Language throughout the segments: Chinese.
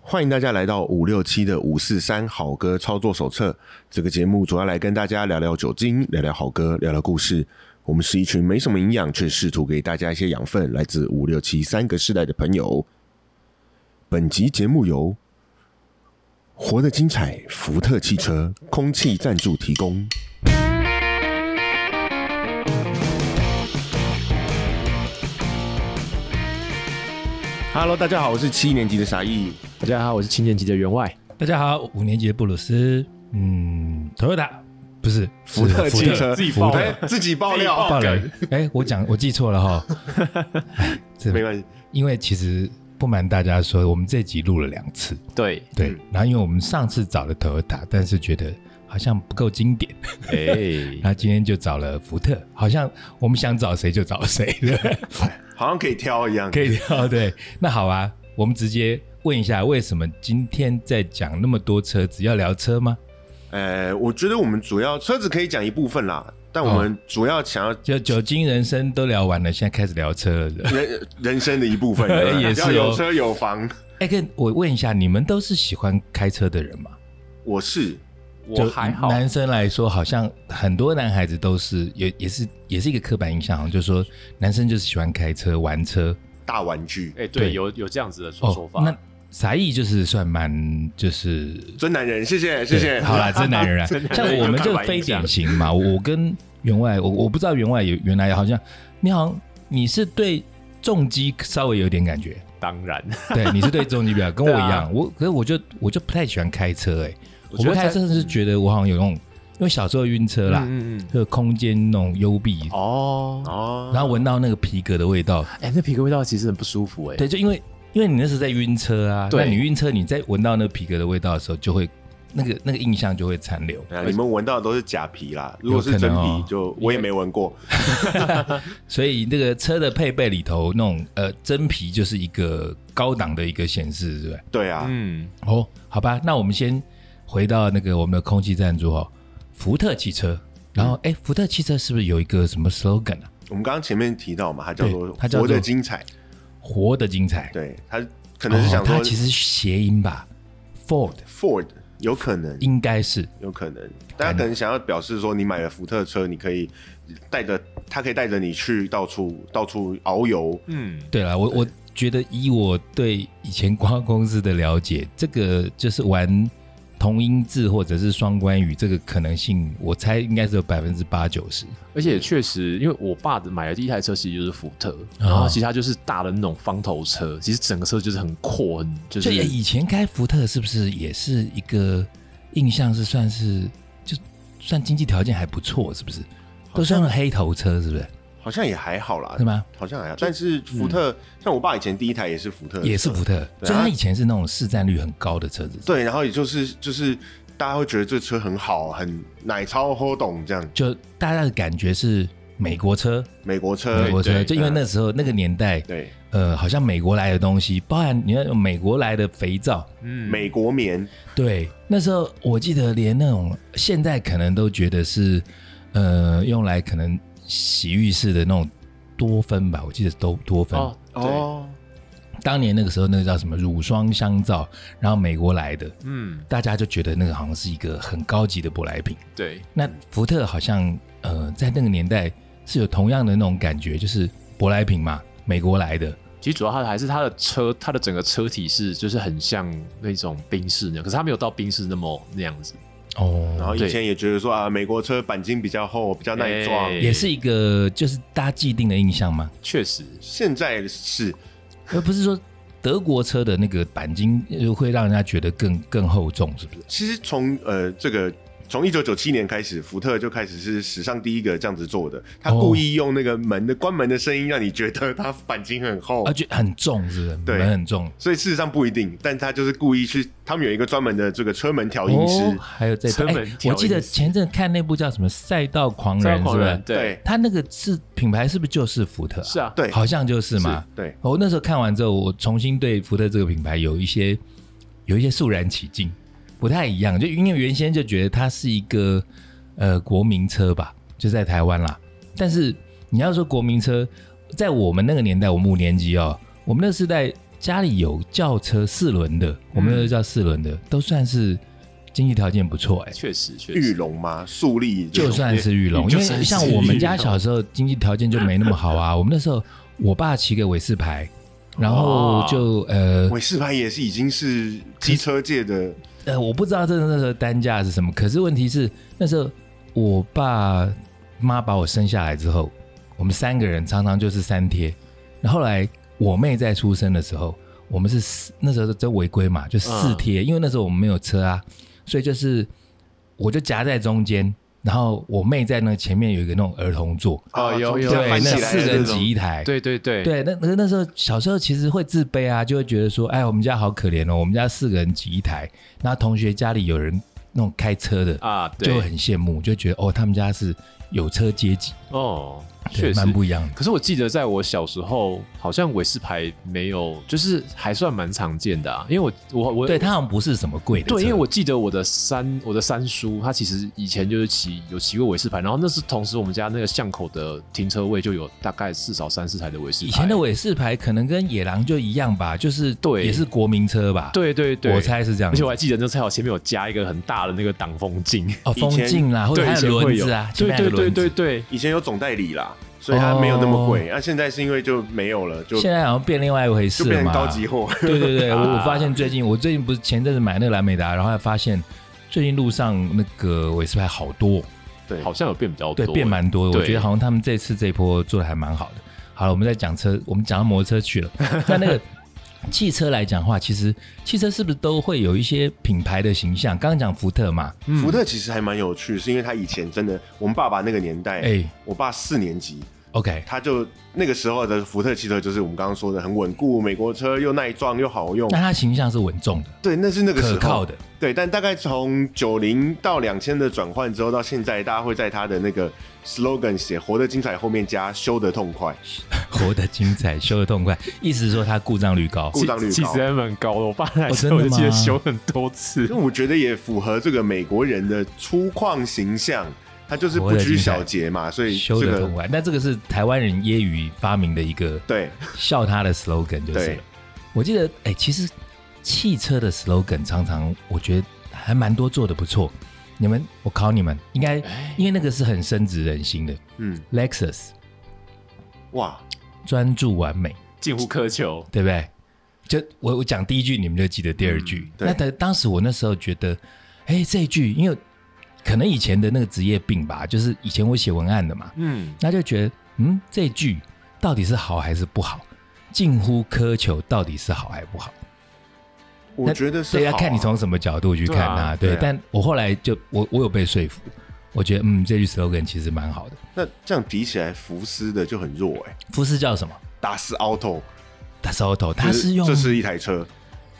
欢迎大家来到五六七的五四三好歌操作手册。这个节目主要来跟大家聊聊酒精，聊聊好歌，聊聊故事。我们是一群没什么营养，却试图给大家一些养分，来自五六七三个世代的朋友。本集节目由活得精彩福特汽车空气赞助提供。Hello，大家好，我是七年级的傻义。大家好，我是七年级的员外。大家好，五年级的布鲁斯，嗯，Toyota 不是福特是汽车福特爆福哎特自己爆料，爆了，哎，我讲我记错了哈， 哎这没关系，因为其实不瞒大家说，我们这集录了两次，对，对，嗯然后因为我们上次找了 Toyota，但是觉得好像不够经典，嗯哎，然后今天就找了福特，好像我们想找谁就找谁， 对不对好像可以挑一样。可以聊对，那好啊，我们直接问一下，为什么今天在讲那么多车子，要聊车吗？呃，我觉得我们主要车子可以讲一部分啦，但我哦们主要想要就酒精人生都聊完了，现在开始聊车了是不是。人人生的一部分，对不对 也是要有哦车有房。哎、跟我问一下，你们都是喜欢开车的人吗？我是 我还好，男生来说，好像很多男孩子都是，也也是也是一个刻板印象，好像就是说男生就是喜欢开车玩车。大玩具，哎，对对，有有这样子的说说法，哦那傻义就是算蛮就是。真男人，谢谢谢对谢。好啦，真男人啦 啊真男，人像我们就非典型嘛。我我跟员外，我我不知道员外有原来好像你好像你是对重机稍微有点感觉，当然，对，你是对重机比较跟我 一对啊样，我可是我就我就不太喜欢开车哎、我我觉得不太在真的是觉得我好像有那种，因为小时候晕车啦，嗯嗯，就空间那种幽闭，哦，哦，然后闻到那个皮革的味道，哎，那皮革味道其实很不舒服，哎，对，就因为因为你那时候在晕车啊，对那你晕车你在闻到那个皮革的味道的时候，就会那个那个印象就会残留。哎呀你们闻到的都是假皮啦，如果是真有可能皮哦，就我也没闻过。所以那个车的配备里头，那种呃真皮就是一个高档的一个显示，对不对？对啊，嗯，哦，好吧，那我们先回到那个我们的空气赞助哦，福特汽车。然嗯后，哎、福特汽车是不是有一个什么 slogan 啊？我们刚刚前面提到嘛，它叫做对它叫活做得精彩，活得精彩。对，它可能是想哦、说它其实谐音吧，Ford Ford 有可能应该是有可哎能，大家可能想要表示说，你买了福特车，你可以带着它，可以带着你去到处到处遨游。嗯，对了。我我觉得以我对以前广告公司的了解，这个就是玩同音字或者是双关语，这个可能性我猜应该是有百分之八九十。而且确实，因为我爸的买的第一台车其实就是福特，啊然后其实它就是大的那种方头车，其实整个车就是很阔，很就就是以前开福特是不是也是一个印象是算是就算经济条件还不错，是不是？都是用黑头车，是不是？好像也还好啦，是吗？嗯好像还好，但是福特、像我爸以前第一台也是福特，也是福特，对啊所以它以前是那种市占率很高的车子，对，然后也就是就是大家会觉得这车很好，很奶超喝懂这样，就大家的感觉是美国车，美国车美，国车，对就因为那时候那个年代，对，呃，好像美国来的东西，包含你看美国来的肥皂，嗯美国棉，对，那时候我记得连那种现在可能都觉得是，呃，用来可能洗浴室的那种多酚吧，我记得都多酚。哦，对，哦，当年那个时候那个叫什么乳霜香皂，然后美国来的，嗯，大家就觉得那个好像是一个很高级的舶来品。对，那福特好像呃在那个年代是有同样的那种感觉，就是舶来品嘛，美国来的，其实主要它还是它的车，它的整个车体是就是很像那种宾士那样，可是它没有到宾士那么那样子，哦，然后以前也觉得说啊，美国车钣金比较厚，比较耐撞，哎也是一个就是大家既定的印 象嘛，确实，现在是而不是说德国车的那个钣金呃会让人家觉得更更厚重，是不是？其实从呃这个从一九九七年开始，福特就开始是史上第一个这样子做的。他哦故意用那个门的关门的声音，让你觉得它钣金很厚而。且很重，是不是？对门很重。所以事实上不一定，但他就是故意去。他们有一个专门的这个车门调音师，哦，还有这车哎门调我记得音师前阵看那部叫什么《赛道狂这人》，样狂是人不是？对他那个是品牌是不是就是福特、是啊，对好像就是嘛。对，我哦那时候看完之后，我重新对福特这个品牌有一些有一些肃然起敬，不太一样。就因为原先就觉得它是一个呃国民车吧，就在台湾啦。但是你要说国民车，在我们那个年代，我们五年级哦，我们那个时代家里有轿车四轮的，我们那时候叫四轮的，都算是经济条件不错哎、确实确玉实，龙吗？树立这就种算是玉龙，因就为算是像我们家小时候经济条件就没那么好啊。我们那时候，我爸骑个韦氏牌，然后就呃韦氏牌也是已经是机车界的呃，我不知道这那时候单价是什么，可是问题是那时候我爸妈把我生下来之后，我们三个人常常就是三贴。然后后来我妹在出生的时候，我们是四那时候真违规嘛，就四贴，因为那时候我们没有车啊，所以就是我就夹在中间，然后我妹在那前面有一个那种儿童座，哦有啊从有这样对，翻那起来四的人那种挤一台，对对对，对，那可是那时候小时候其实会自卑啊，就会觉得说，哎，我们家好可怜哦，我们家四个人挤一台，那同学家里有人那种开车的，啊，就对会很羡慕，就觉得哦，他们家是有车阶级，哦，对，确实蛮。不一样的。可是我记得在我小时候，好像韦氏牌没有，就是还算蛮常见的啊，因为我我我对他好像不是什么贵的车，对，因为我记得我的三我的三叔，他其实以前就是骑有骑过韦氏牌，然后那是同时我们家那个巷口的停车位就有大概至少三四台的韦氏牌。以前的尾氏牌可能跟野狼就一样吧，就是对也是国民车吧，，对对对，我猜是这样而子。且我还记得那车好前面有加一个很大的那个挡风镜，哦，风镜啦，或者对，还以有前会轮有子啊，对前面还有对对轮子对对，以前有总代理啦，所以它没有那么贵。那、啊现在是因为就没有了，就哦现在好像变另外一回事就了嘛，变成高级货。 对对对，我我啊发现最近，我最近不是前阵子买那个蓝美达，然后还发现最近路上那个韦斯牌好多，对，好像有变比较多，对，欸变蛮多的。对我觉得好像他们这次这一波做的还蛮好的。好了，我们在讲车，我们讲到摩托 车去了。那那个汽车来讲的话，其实汽车是不是都会有一些品牌的形象？刚刚讲福特嘛，福特其实还蛮有趣，是因为他以前真的，我们爸爸那个年代，哎我爸四年级， ，OK，他就那个时候的福特汽车就是我们刚刚说的很稳固，美国车又耐撞又好用那，它形象是稳重的、对，那是那个时候哎可靠的。对，但大概从九零到两千的转换之后，到现在，大家会在他的那个 slogan 写“活得精彩”后面加“修得痛快活得精彩，修得痛快，意思是说它故障率高。故障率高其其实还蛮高的。我爸来哦车真的我就记得吗修很多”，次因为，我觉得也符合这个美国人的粗犷形象，他就是不拘小节嘛，所以修这得个痛快，那这个是台湾人揶揄发明的一个对笑他的 slogan 就是对了。我记得，哎、其实汽车的 slogan 常常我觉得还蛮多做的不错。你们，我考你们，应该哎因为那个是很深植人心的。嗯 Lexus 哇，专注完美，近乎苛求。对不对？就我我讲第一句，你们就记得第二句。对那当当时我那时候觉得，哎、这一句，因为可能以前的那个职业病吧，就是以前我写文案的嘛，嗯，那就觉得，嗯，这句到底是好还是不好？近乎苛求，到底是好还不好？我觉得是对，好要啊看你从什么角度去看对啊。啊对，对啊但我后来就我我有被说服，我觉得嗯，这句 slogan 其实蛮好的。那这样比起来，福斯的就很弱哎、福斯叫什么？达斯 Auto，他 a s a 他就是用这是一台车，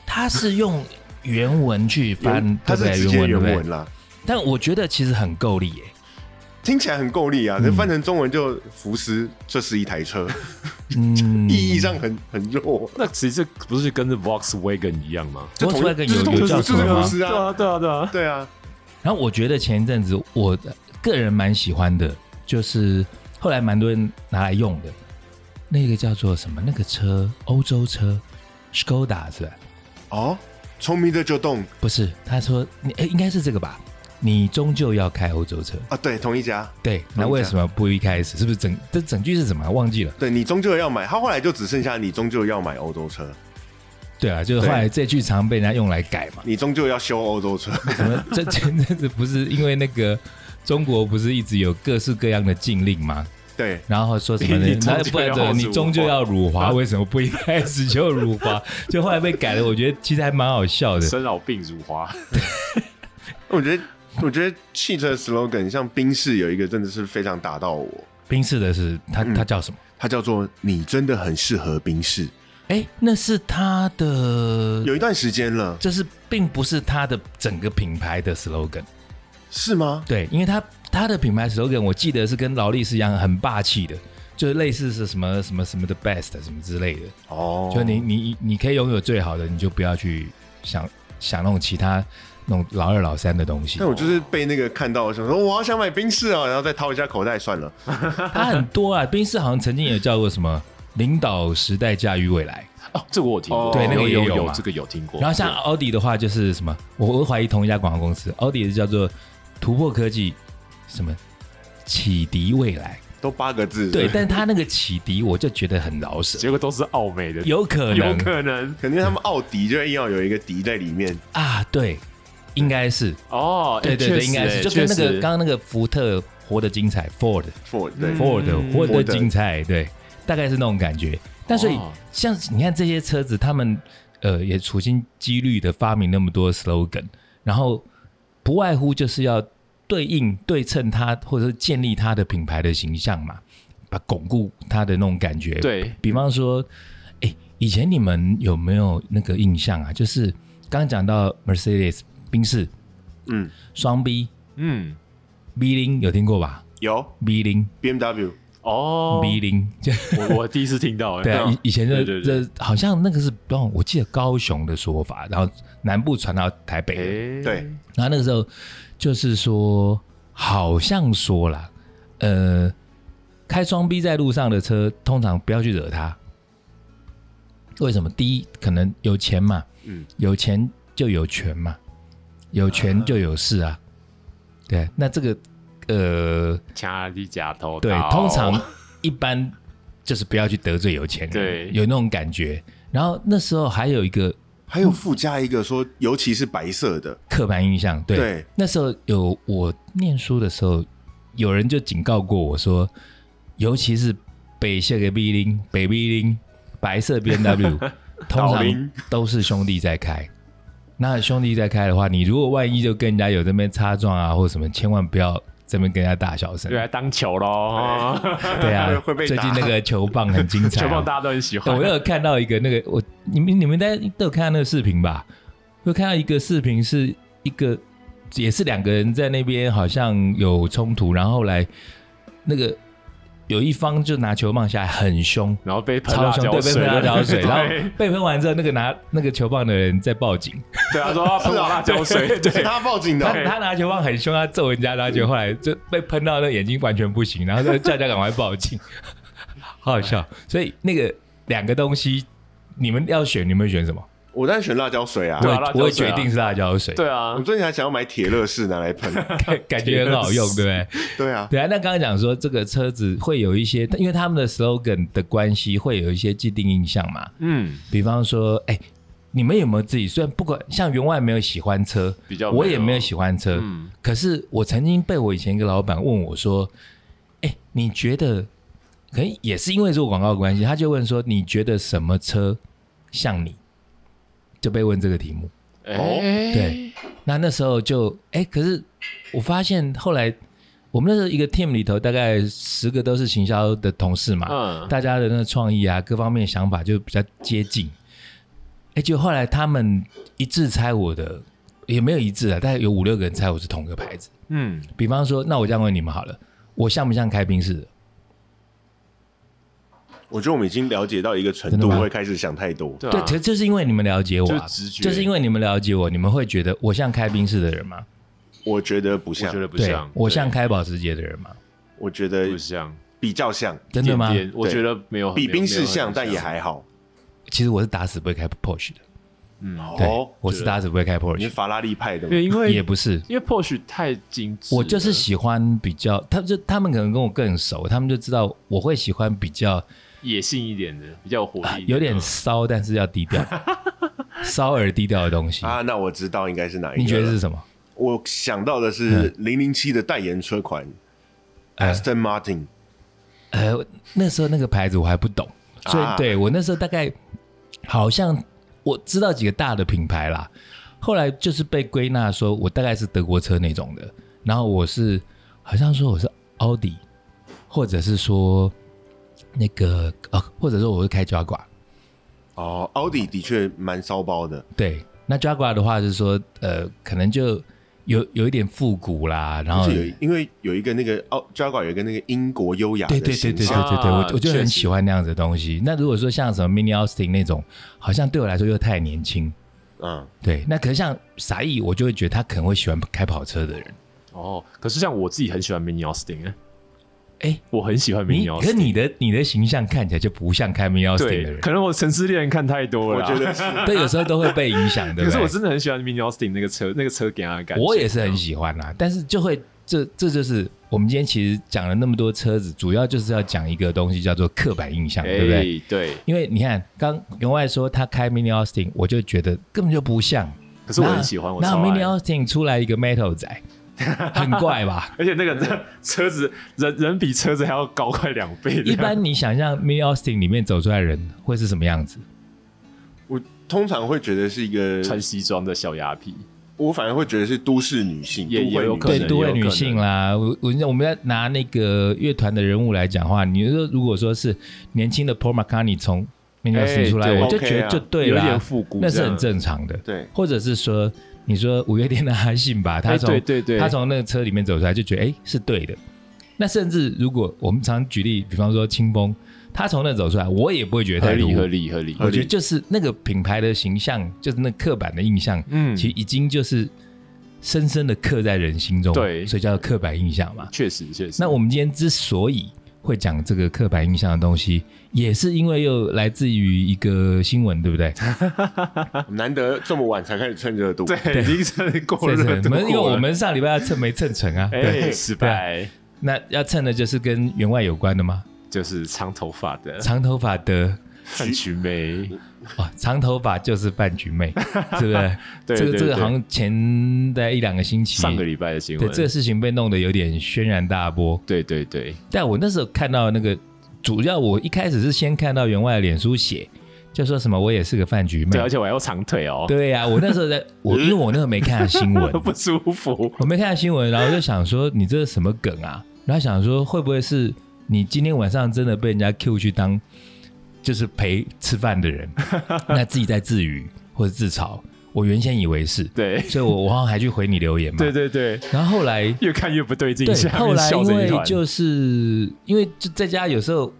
他是用原文去翻，它对不是对？直接原原文对不文对？啦，但我觉得其实很够力耶、听起来很够力啊，那翻成中文就福斯，这是一台车，嗯，意义上很很弱。那其实这不是跟那 Volkswagen 一样吗？就同一 Volkswagen 就是有同一有就叫是什么福吗？斯对啊，啊，对啊，对啊。对啊，然后我觉得前一阵子我个人蛮喜欢的，就是后来蛮多人拿来用的，那个叫做什么？那个车，欧洲车，Skoda 是吧？哦，聪明的就动不是，他说你哎，应该是这个吧？你终究要开欧洲车，啊，对，同一家，对，那为什么不一开始？是不是整这整句是怎么啊忘记了？对你终究要买，他后来就只剩下你终究要买欧洲车，对啊，就是后来这句常被人家用来改 嘛。你终究要修欧洲车， 什么这 前阵子不是因为那个中国不是一直有各式各样的禁令吗？对，然后说什么呢？你终究那不然要怎么辱你华终究要辱华，为什么不一开始就辱华？就后来被改了，我觉得其实还蛮好笑的。生老病如花，我觉得。我觉得汽车 slogan 像宾士有一个真的是非常打到我，冰士的是他他叫什么？它叫做“你真的很适合宾士哎，那是他”， 的有一段时间了，这是并不是它的整个品牌的 slogan，是吗？对，因为它它的品牌 slogan 我记得是跟劳力士一样很霸气的，就是类似是什么什么什么的 best 什么之类的，哦，就你你你可以拥有最好的，你就不要去想想那种其他那种老二老三的东西但。我就是被那个看到，我想说我好啊想买宾士哦，然后再掏一下口袋算了。它很多啊，宾士好像曾经也叫过什么领导时代驾驭未来。哦，这个我有听过，对那个有也有有嘛这个有听哦过。然后像奥迪的话，就是什么，我我怀疑同一家广告公司，奥迪是叫做突破科技什么启迪未来，都八个字， 对，但他那个启迪我就觉得很饶舌，结果都是奥美的，有可有能可能肯定他们奥迪就硬要有一个迪在里面，啊，对，应该是，哦，哎对对对，确实应该哎是，就跟那确个实刚刚那个福特活得精彩 Ford。 Ford 对， Ford 嗯活得 Ford 精彩，对，大概是那种感觉。但所以哦像你看这些车子，他们呃也处心积虑的发明那么多 slogan，然后不外乎就是要对应对称它，或者是建立它的品牌的形象嘛，把巩固它的那种感觉。对比方说，哎，以前你们有没有那个印象啊？就是刚刚讲到 Mercedes 宾士嗯，双 B 嗯 B 零有听过吧有？B 零 BMW 哦， B 零就。我我第一次听到，哎对啊，以以前对对这这好像那个是不用，我记得高雄的说法，然后南部传到台北，哎对，然后那个时候就是说，好像说啦，呃，开双 B 在路上的车，通常不要去惹它。为什么？第一，可能有钱嘛，嗯有钱就有权嘛，有权就有势啊。对，那这个呃，掐你假头刀，对，通常一般就是不要去得罪有钱人，对有那种感觉。然后那时候还有一个还有附加一个说，尤其是白色的，刻板印象，对，对那时候有我念书的时候，有人就警告过我说，尤其是北线的 B 零、北 B 零、白色 B N W，通老常林都是兄弟在开。那兄弟在开的话，你如果万一就跟人家有这边擦撞啊，或者什么，千万不要这边跟人家大小声。对来当球喽，对啊，啊 会被最打近那个球棒很精 彩、啊，球棒大家都很喜欢我。有看到一个那个，我你们你们大家都有看到那个视频吧？有看到一个视频，是一个也是两个人在那边好像有冲突，然后后来那个有一方就拿球棒下来很凶，然后被喷超辣凶，椒对，被水，喷辣椒水， 对然后被喷完之后，那个拿那个球棒的人在报警，对啊他说他喷我辣椒 水，是对，他报警的他哦，他拿球棒很凶，他揍人家，然后就后来就被喷到那眼睛完全不行，然后就叫人家赶快 报警，好好笑。所以那个两个东西，你们要选，你们会选什么？我在选辣椒水啊我，对也啊辣椒水啊我也决定是辣椒水，对啊我，最近还想要买铁乐士拿来 喷，感感觉很好用，对不对？啊 对啊，对啊，那刚刚讲说这个车子会有一些，因为他们的 slogan 的关系，会有一些既定印象嘛。嗯，比方说，哎、你们有没有自己？虽然不管像员外没有喜欢车，比较我也没有欢。喜欢车，嗯可是我曾经被我以前一个老板问我说：“哎、你觉得？可能也是因为做广告的关系，他就问说：你觉得什么车像你？”就被问这个题目。哎，对，那那时候就哎、可是我发现后来我们那时候一个 team 里头大概十个都是行销的同事嘛，嗯，大家的那个创意啊，各方面想法就比较接近。哎、就后来他们一致猜我的，也没有一致啊，大概有五六个人猜我是同一个牌子。嗯，比方说，那我这样问你们好了，我像不像开宾士的？我觉得我们已经了解到一个程真度，的吗会开始想太多，对对，啊可是就是因为你们了解我、啊，就是直觉就是因为你们了解我，你们会觉得我像开宾士的人吗？我觉得不我像觉，得不对像，，我像对开保时捷的人吗？我觉得不像，比较像，真的吗？点点我对觉得没有比没有宾士没有很像，但也还好。其实我是打死不会开 Porsche 的，嗯，对，哦，我是打死不会你开是 Porsche，法拉利派的吗对，因也为不是，因为 Porsche 太精致了，我就是喜欢比较，他就他们可能跟我更熟，他们就知道我会喜欢比较、野性一点的，比较有活啊力一的，嗯有点骚，但是要低 调，骚而低调的东西。啊？那我知道应该是哪一个了。你觉得是嗯什么？我想到的是零零七的代言车款呃 Aston Martin，呃，那时候那个牌子我还不懂，所以、啊对我那时候大概好像我知道几个大的品牌啦，后来就是被归纳说我大概是德国车那种的，然后我是好像说我是奥迪，或者是说那个呃，或者说我是开 Jaguar，哦，奥迪的确蛮骚包的，对，那 Jaguar 的话是说呃，可能就有有一点复古啦，然后是有因为有一个那个哦 Jaguar 有一个那个英国优啊雅对的对对形对对象，对对，我我就确很实喜欢那样子的东西。那如果说像什么 Mini Austin 那种，好像对我来说又太年轻。嗯，对，那可是像傻义，我就会觉得他可能会喜欢开跑车的人。哦。可是像我自己很喜欢 Mini Austin，哎哎，我很喜欢民你谣。可是你的你的形象看起来就不像开民谣 s t 的对，人，可能我城市猎人看太多了啦，啊对，有时候都会被影响，可对不是我对？真的很喜欢 Mini Austin 那个车，那个车给他的感觉。嗯我也是很喜欢啦，但是就会这这就是我们今天其实讲了那么多车子，主要就是要讲一个东西叫做刻板印象，哎，对不对？对。因为你看，刚员外说他开 Mini Austin，我就觉得根本就不像。可是我很喜欢，我那超那 Mini 爱。 Austin 出来一个 Metal 仔， 很怪吧？而且那个车车子人人比车子还要高快两倍。 一般你想象 Mini Austin 里面走出来的人会是什么样子？我通常会觉得是一个， 穿西装的小牙皮，我反而会觉得是都市女性，也都会也有女可性对能都也会有女可性能啦，我我我们要拿那个乐团的人物来讲话，你说如果说是年轻的 Paul McCartney 从 Mini 哎 Austin 出来，对我就 OK 觉得啊就对有了，一点复古，那是很。正常的。对，或者是说，你说五月天的阿信吧，他哎，从、对对对，他从那个车里面走出来，就觉得哎、诶是对的。那甚至如果我们常举例，比方说清风，他从那走出来，我也不会觉得合太突理兀合。理合理，我觉得就是那个品牌的形象，就是那刻板的印象，嗯其实已经就是深深的刻在人心中，对所以叫刻板印象嘛。确实确实。那我们今天之所以会讲这个刻板印象的东西，也是因为又来自于一个新闻，对不对？啊难得这么晚才开始趁热度，对已经是过是热是，度过我们了，因为我们上礼拜要蹭没蹭成啊，哎失败，那要蹭的就是跟员外有关的吗？就是长头发的 长头发的范菊梅，哦，长头发就是饭局 妹，是不是？对这个对这个对好像前在一两个星期，上个礼拜的新对闻，这个事情被弄得有点轩然大波。对对对，但我那时候看到那个，主要我一开始是先看到员外的脸书写，就说什么我也是个饭局妹对，而，且我还要长腿哦，对呀、我那时候在，我因为我那时候没看新闻， 不舒服。我没看新闻，然后就想说你这是什么梗啊？然后想说会不会是你今天晚上真的被人家 Q 去当就是陪吃饭 的人，那自己在自娱或者自嘲？我原先以为是，对所以我我好像还去回你留言 嘛。对对对，然后 后来越看越不对劲，对，下面后来笑因成一为团就是因为就在家有时候，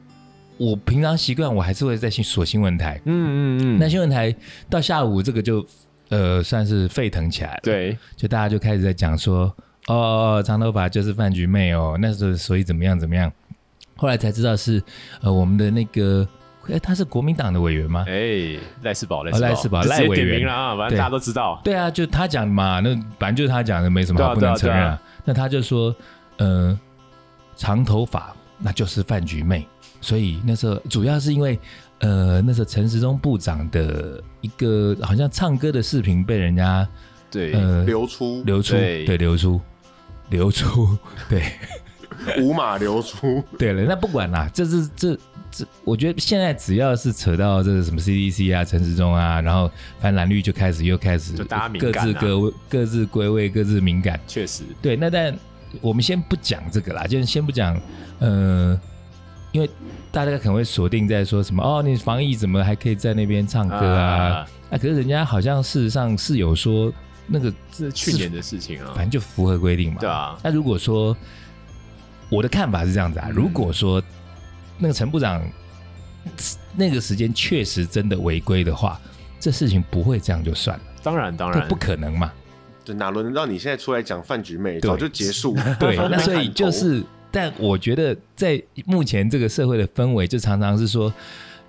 我平常习惯我还是会再去锁新闻台，嗯嗯嗯，那新闻台到下午这个就呃算是沸腾起来了。对就大家就开始在讲说，哦，长头发就是饭局妹哦，那时候所以怎么样怎么样，后来才知道是呃我们的那个，哎，他是国民党的委员吗？哎，赖世宝，哦赖世宝就直接赖委员点名了啊，反正对大家都知道。对啊，就他讲的嘛，那反正就是他讲的，没什么对啊好不能承认对啊对那他就说，呃，长头发那就是饭局妹，所以那时候主要是因为。呃，那时候陈时中部长的一个好像唱歌的视频被人家对，呃流出流出，对对流出流出，对，五马流出， 对了，那不管啦，这是这这，我觉得现在只要是扯到这个什么 CDC 啊、陈时中啊，然后反正蓝绿就开始又开始就大家敏各感自啊各位各自归位、各自敏感。确实，对，那但我们先不讲这个啦，就是先不讲，呃，因为大家可能会锁定在说什么哦，你防疫怎么还可以在那边唱歌啊？啊那、可是人家好像事实上是有说那个，这是去年的事情啊反，正就符合规定嘛。对啊，嗯那如果说我的看法是这样子啊，如果说那个陈部长那个时间确实真的违规的话，这事情不会这样就算了，当然当这然不可能嘛。这哪轮得到你现在出来讲饭局妹？早就结束 了。对，早就那所砍以头就是，但我觉得在目前这个社会的氛围，就常常是说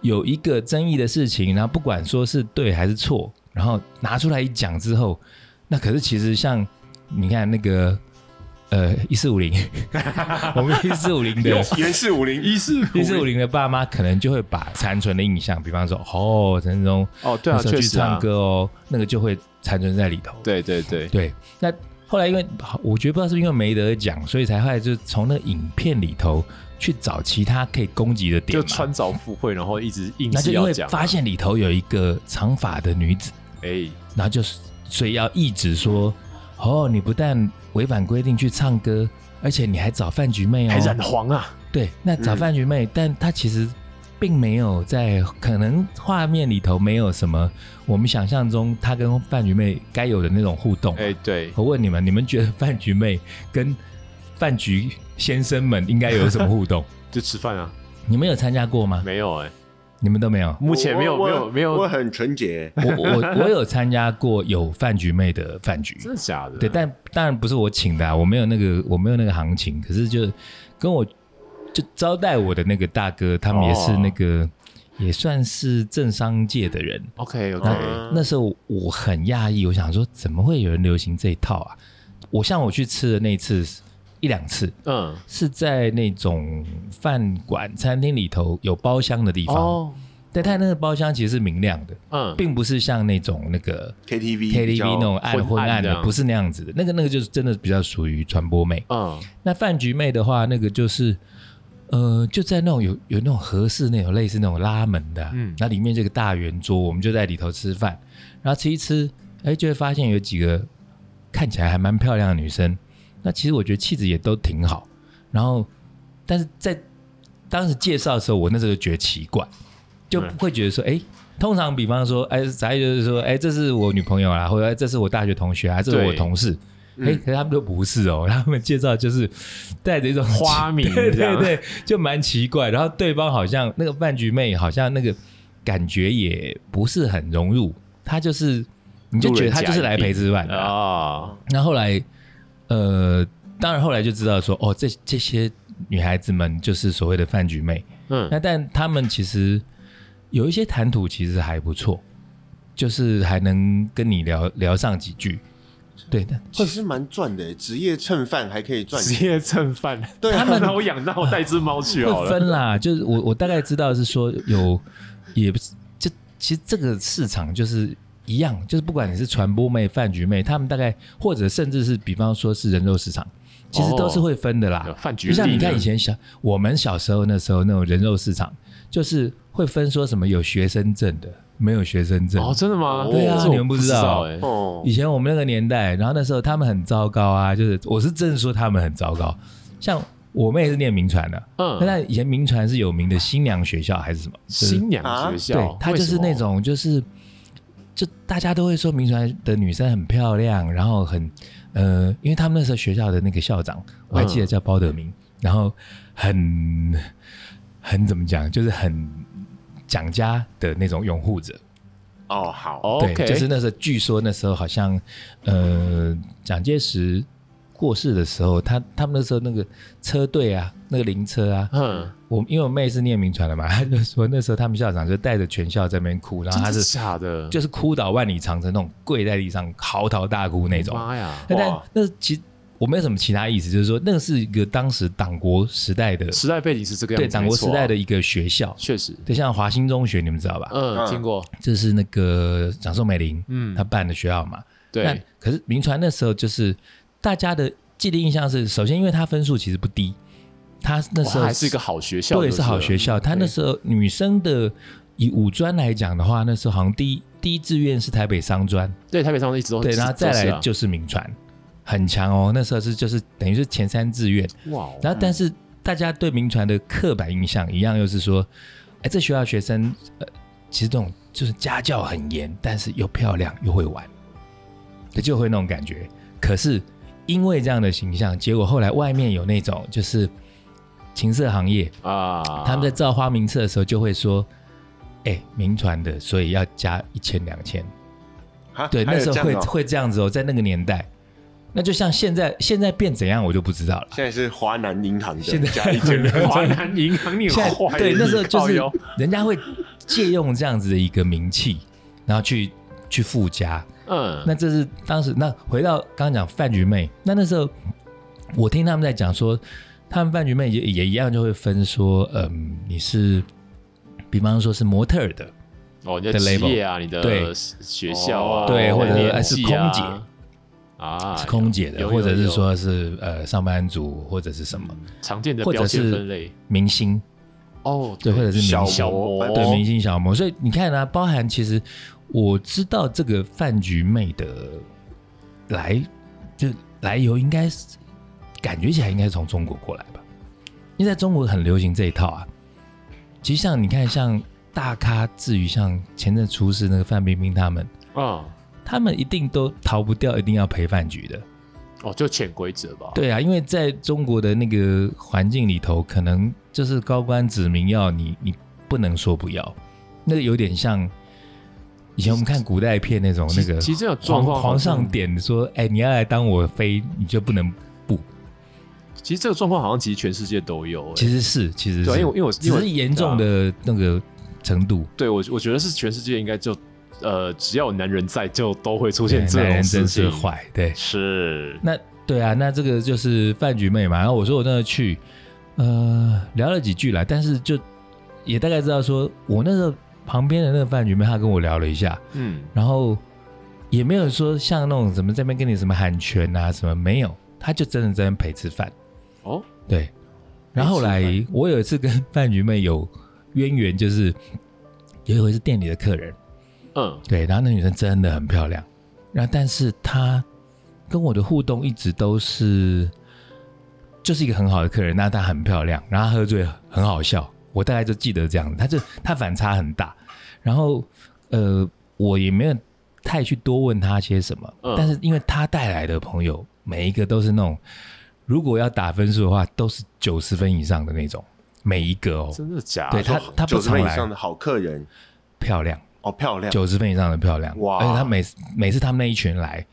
有一个争议的事情，然后不管说是对还是错，然后拿出来一讲之后，那可是其实像你看那个呃一四五零，我们一四五零的原是五零一四一四五零的爸妈可能就会把残存的印象，比方说哦，陈志忠哦，对那啊，时候确去实啊唱，歌哦，那个就会残存在里头。对对对，对，那后来因为好我觉得不知道是不是因为没得讲，所以才后来就从那影片里头去找其他可以攻击的点就嘛。穿凿附会，然后一直硬那是就因要为讲啊，发现里哦头有一个长发的女子，哎，然后就是所以要一直说哦，你不但违反规定去唱歌，而且你还找饭局妹哦，还染黄啊，对，那找饭局妹，但她其实并没有在可能画面里头没有什么我们想象中她跟饭局妹该有的那种互动。哎，对，我问你们，你们觉得饭局妹跟饭局先生们应该有什么互动？就吃饭啊， 你们有参加过吗？没有哎，你们都 没有。目前没有我没有没我有，很纯洁。我我我有参加过有饭局妹的饭局，真的假的？对，但当然不是我请的、啊，我没有那个我没有那个行情，可是就跟我就招待我的那个大哥，他们也是那个、也算是政商界的人。 OK 那、 OK，那时候我很讶异，我想说怎么会有人流行这一套啊？我像我去吃的那一次一两次，嗯，是在那种饭馆、餐厅里头有包厢的地方，哦，但它那个包厢其实是明亮的，嗯，并不是像那种那个 KTV KTV 那种昏暗暗昏暗这的，样不是那样子的。那个那个就是真的比较属于传播妹。嗯，那饭局妹的话，那个就是。呃，就在那种有有那种合适那种类似那种拉门的啊、嗯那里面这个大圆桌，我们就在里头吃饭，然后吃一吃，哎，就会发现有几个看起来还蛮漂亮的女生，那其实我觉得气质也都挺好，然后但是在当时介绍的时候，我那时候就觉得奇怪，就嗯会觉得说，哎，通常比方说，哎，咱就是说，哎，这是我女朋友啦，或者哎这是我大学同学啊，这是我对同事，哎、可是他们都不是哦，他们介绍就是带着一种花名 对这对样啊对，就蛮奇怪。然后对方好像那个饭局妹，好像那个感觉也不是很融入，她就是你就觉得她就是来陪吃饭的、啊。啊，那后来，呃，当然后来就知道说，哦，这这些女孩子们就是所谓的饭局妹。嗯那但她们其实有一些谈吐其实还不错，就是还能跟你聊聊上几句。对的，其实蛮赚的，职业蹭饭还可以赚钱。职业蹭饭，对他们那我养，那我带只猫去好会了。啊 分啦，就是我我大概知道是说有，也不是，就其实这个市场就是一样，就是不管你是传播妹、饭局妹，他们大概或者甚至是比方说是人肉市场，其实都是会分的啦。有饭局啊就像力你看呢以前小我们小时候那时候那种人肉市场，就是会分说什么有学生证的，没有学生证。哦，真的吗？对啊这我你们不不知道欸哎，哦以，前我们那个年代，然后那时候他们很糟糕啊，就是我是真的说他们很糟糕。像我妹是念名传的，嗯那以前名传是有名的新娘学校还是什么？就是新娘学啊对校，，她就是那种就是就大家都会说名传的女生很漂亮，然后很呃，因为他们那时候学校的那个校长，我还记得叫包德嗯明，然后很很怎么讲，就是很蒋家的那种拥护者。哦，好， ，OK，对，就是那时候，据说那时候好像，呃，蒋介石过世的时候，他他们那时候那个车队啊，那个灵车啊，嗯，我因为我妹是念民传的嘛， 她就说那时候他们校长就带着全校在那边哭，然后真她的啊是假的？就是哭倒万里长城那种，跪在地上嚎啕大哭那种。妈呀，但但哇那其实我没有什么其他意思，就是说那是一个当时党国时代的时代背景是这个样子，对党国没错时啊代的一个学校，确实，对，像华兴中学你们知道吧？嗯，嗯听过，这是那个蒋宋美龄嗯她，办的学校嘛。那对，可是名传那时候就是大家的既定印象是，首先因为他分数其实不低，他那哇时候还是一个好学校，对就是了好学校，他那时候女生的以五专来讲的话，那时候好像第一第一志愿是台北商专，对台北上一直都对，都是然后再来啊就是名传，很强哦，那时候是就是等于是前三志愿，哇哦，然后但是大家对名传的刻板印象一样，又是说，哎，这学校学生呃，其实这种就是家教很严，但是又漂亮又会玩，对就会那种感觉。可是因为这样的形象，结果后来外面有那种就是情色行业，啊，他们在造花名册的时候就会说，哎，名传的，所以要加一千两千。哈对，还那有时候这样会哦 会这样子哦，在那个年代。那就像现在，现在变怎样我就不知道 了。现在是华南银行的，现在加一千两华南银行你现在很坏耶，对那时候就靠是腰人家会借用这样子的一个名气，然后去去附加。嗯，那这是当时那回到刚刚讲饭局妹，那那时候我听他们在讲说，他们饭局妹也也一样就会分说，嗯，你是比方说是模特儿的，哦，你的的职 label 业啊，你的对学校啊，对你的或者年哎是纪空啊姐啊，是空姐有的，有或者是有说是呃上班族，或者是什么常见的或标者签是分类明星，哦，对，或者是明小星小模模哦对，明星小模，所以你看啊，包含其实我知道这个饭局妹的来就来由，应该是感觉起来应该是从中国过来吧，因为在中国很流行这一套啊。其实像你看，像大咖，至于像前阵出事那个范冰冰他们，啊，他们一定都逃不掉，一定要陪饭局的。哦，就潜规则吧，对啊，因为在中国的那个环境里头，可能就是高官指名要你，你不能说不要，那个有点像以前我们看古代片那种其那实个其实这种状皇况好皇像上点说，哎，你要来当我妃，你就不能不，其实这个状况好像其实全世界都有、欸，其实是，其实是，对啊因为因为我只因为我是严重的那个程度，对我我觉得是全世界应该就呃只要有男人在就都会出现对这男种哎人事真是情，坏，对，是那对啊，那这个就是饭局妹嘛。然后我说我那个去，呃，聊了几句啦，但是就也大概知道说，我那时候旁边的那个饭局妹，她跟我聊了一下，嗯然后也没有说像那种什么这边跟你什么喊拳啊什么没有，她就真的在那边陪吃饭。哦对，然后后来陪我有一次跟饭局妹有渊源，就是有一回是店里的客人，嗯对，然后那女生真的很漂亮，然后但是她跟我的互动一直都是，就是一个很好的客人，那她很漂亮，然后她喝醉很好笑，我大概就记得这样子，她就她反差很大，然后呃，我也没有太去多问她些什么，嗯但是因为她带来的朋友每一个都是那种，如果要打分数的话，都是九十分以上的那种，每一个哦，真的假的？对她她不九十常分以来上的好客人漂亮。哦，漂亮，九十分以上的漂亮，哇而且他每次每次他们那一群来，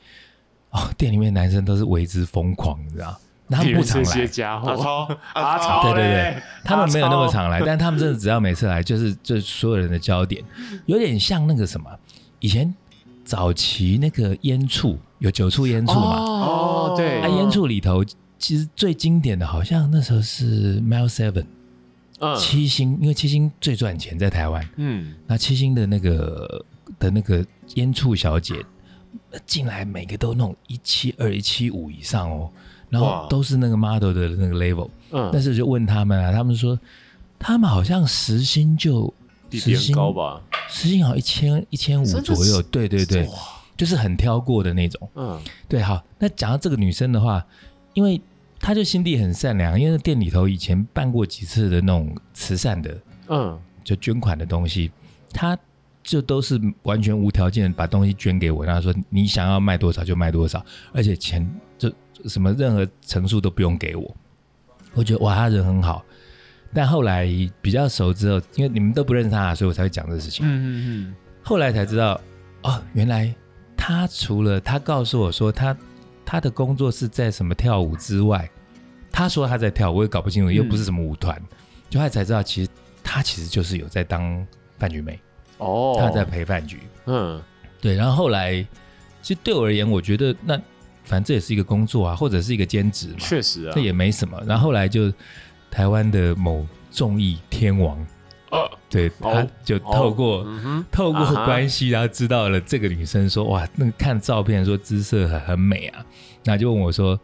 哦，店里面的男生都是为之疯狂，你知道？那他们不常这些来，家伙阿，超阿超对对嘞对，他们没有那么阿超 常来，但他们真的只要每次来，就是就是所有人的焦点，有点像那个什么，以前早期那个烟醋有九处烟醋嘛，哦对啊，烟醋里头其实最经典的好像那时候是 Mile Seven 嗯七星，因为七星最赚钱在台湾，嗯那七星的那个的那个烟醋小姐呃进来，每个都那种一七二、一七五以上哦，然后哇都是那个 model 的那个 level。但嗯，是就问他们啊，他们说他们好像时薪就地时点薪高，吧？时薪好像一千一千五真的左右，是对对对，就是很挑过的那种。嗯对，好，那讲到这个女生的话，因为她就心地很善良，因为店里头以前办过几次的那种慈善的嗯就捐款的东西，他就都是完全无条件把东西捐给我，然后说你想要卖多少就卖多少，而且钱就什么任何陈述都不用给我。我觉得哇，他人很好。但后来比较熟之后，因为你们都不认识他，所以我才会讲这个事情。嗯嗯后来才知道，哦，原来他除了他告诉我说他他的工作是在什么跳舞之外，他说他在跳舞，我也搞不清嗯楚，又不是什么舞团，就后来才知道，其实他其实就是有在当饭局妹，嗯，哦，他在陪饭局。嗯对，然后后来其实对我而言，我觉得那反正这也是一个工作啊，或者是一个兼职嘛，确实啊这，也没什么。然后后来就台湾的某综艺天王，哦对，哦他就透过、嗯哼透过啊哈关系，然后知道了这个女生说，哇，那个看照片说姿色很很美啊，然后就问我说，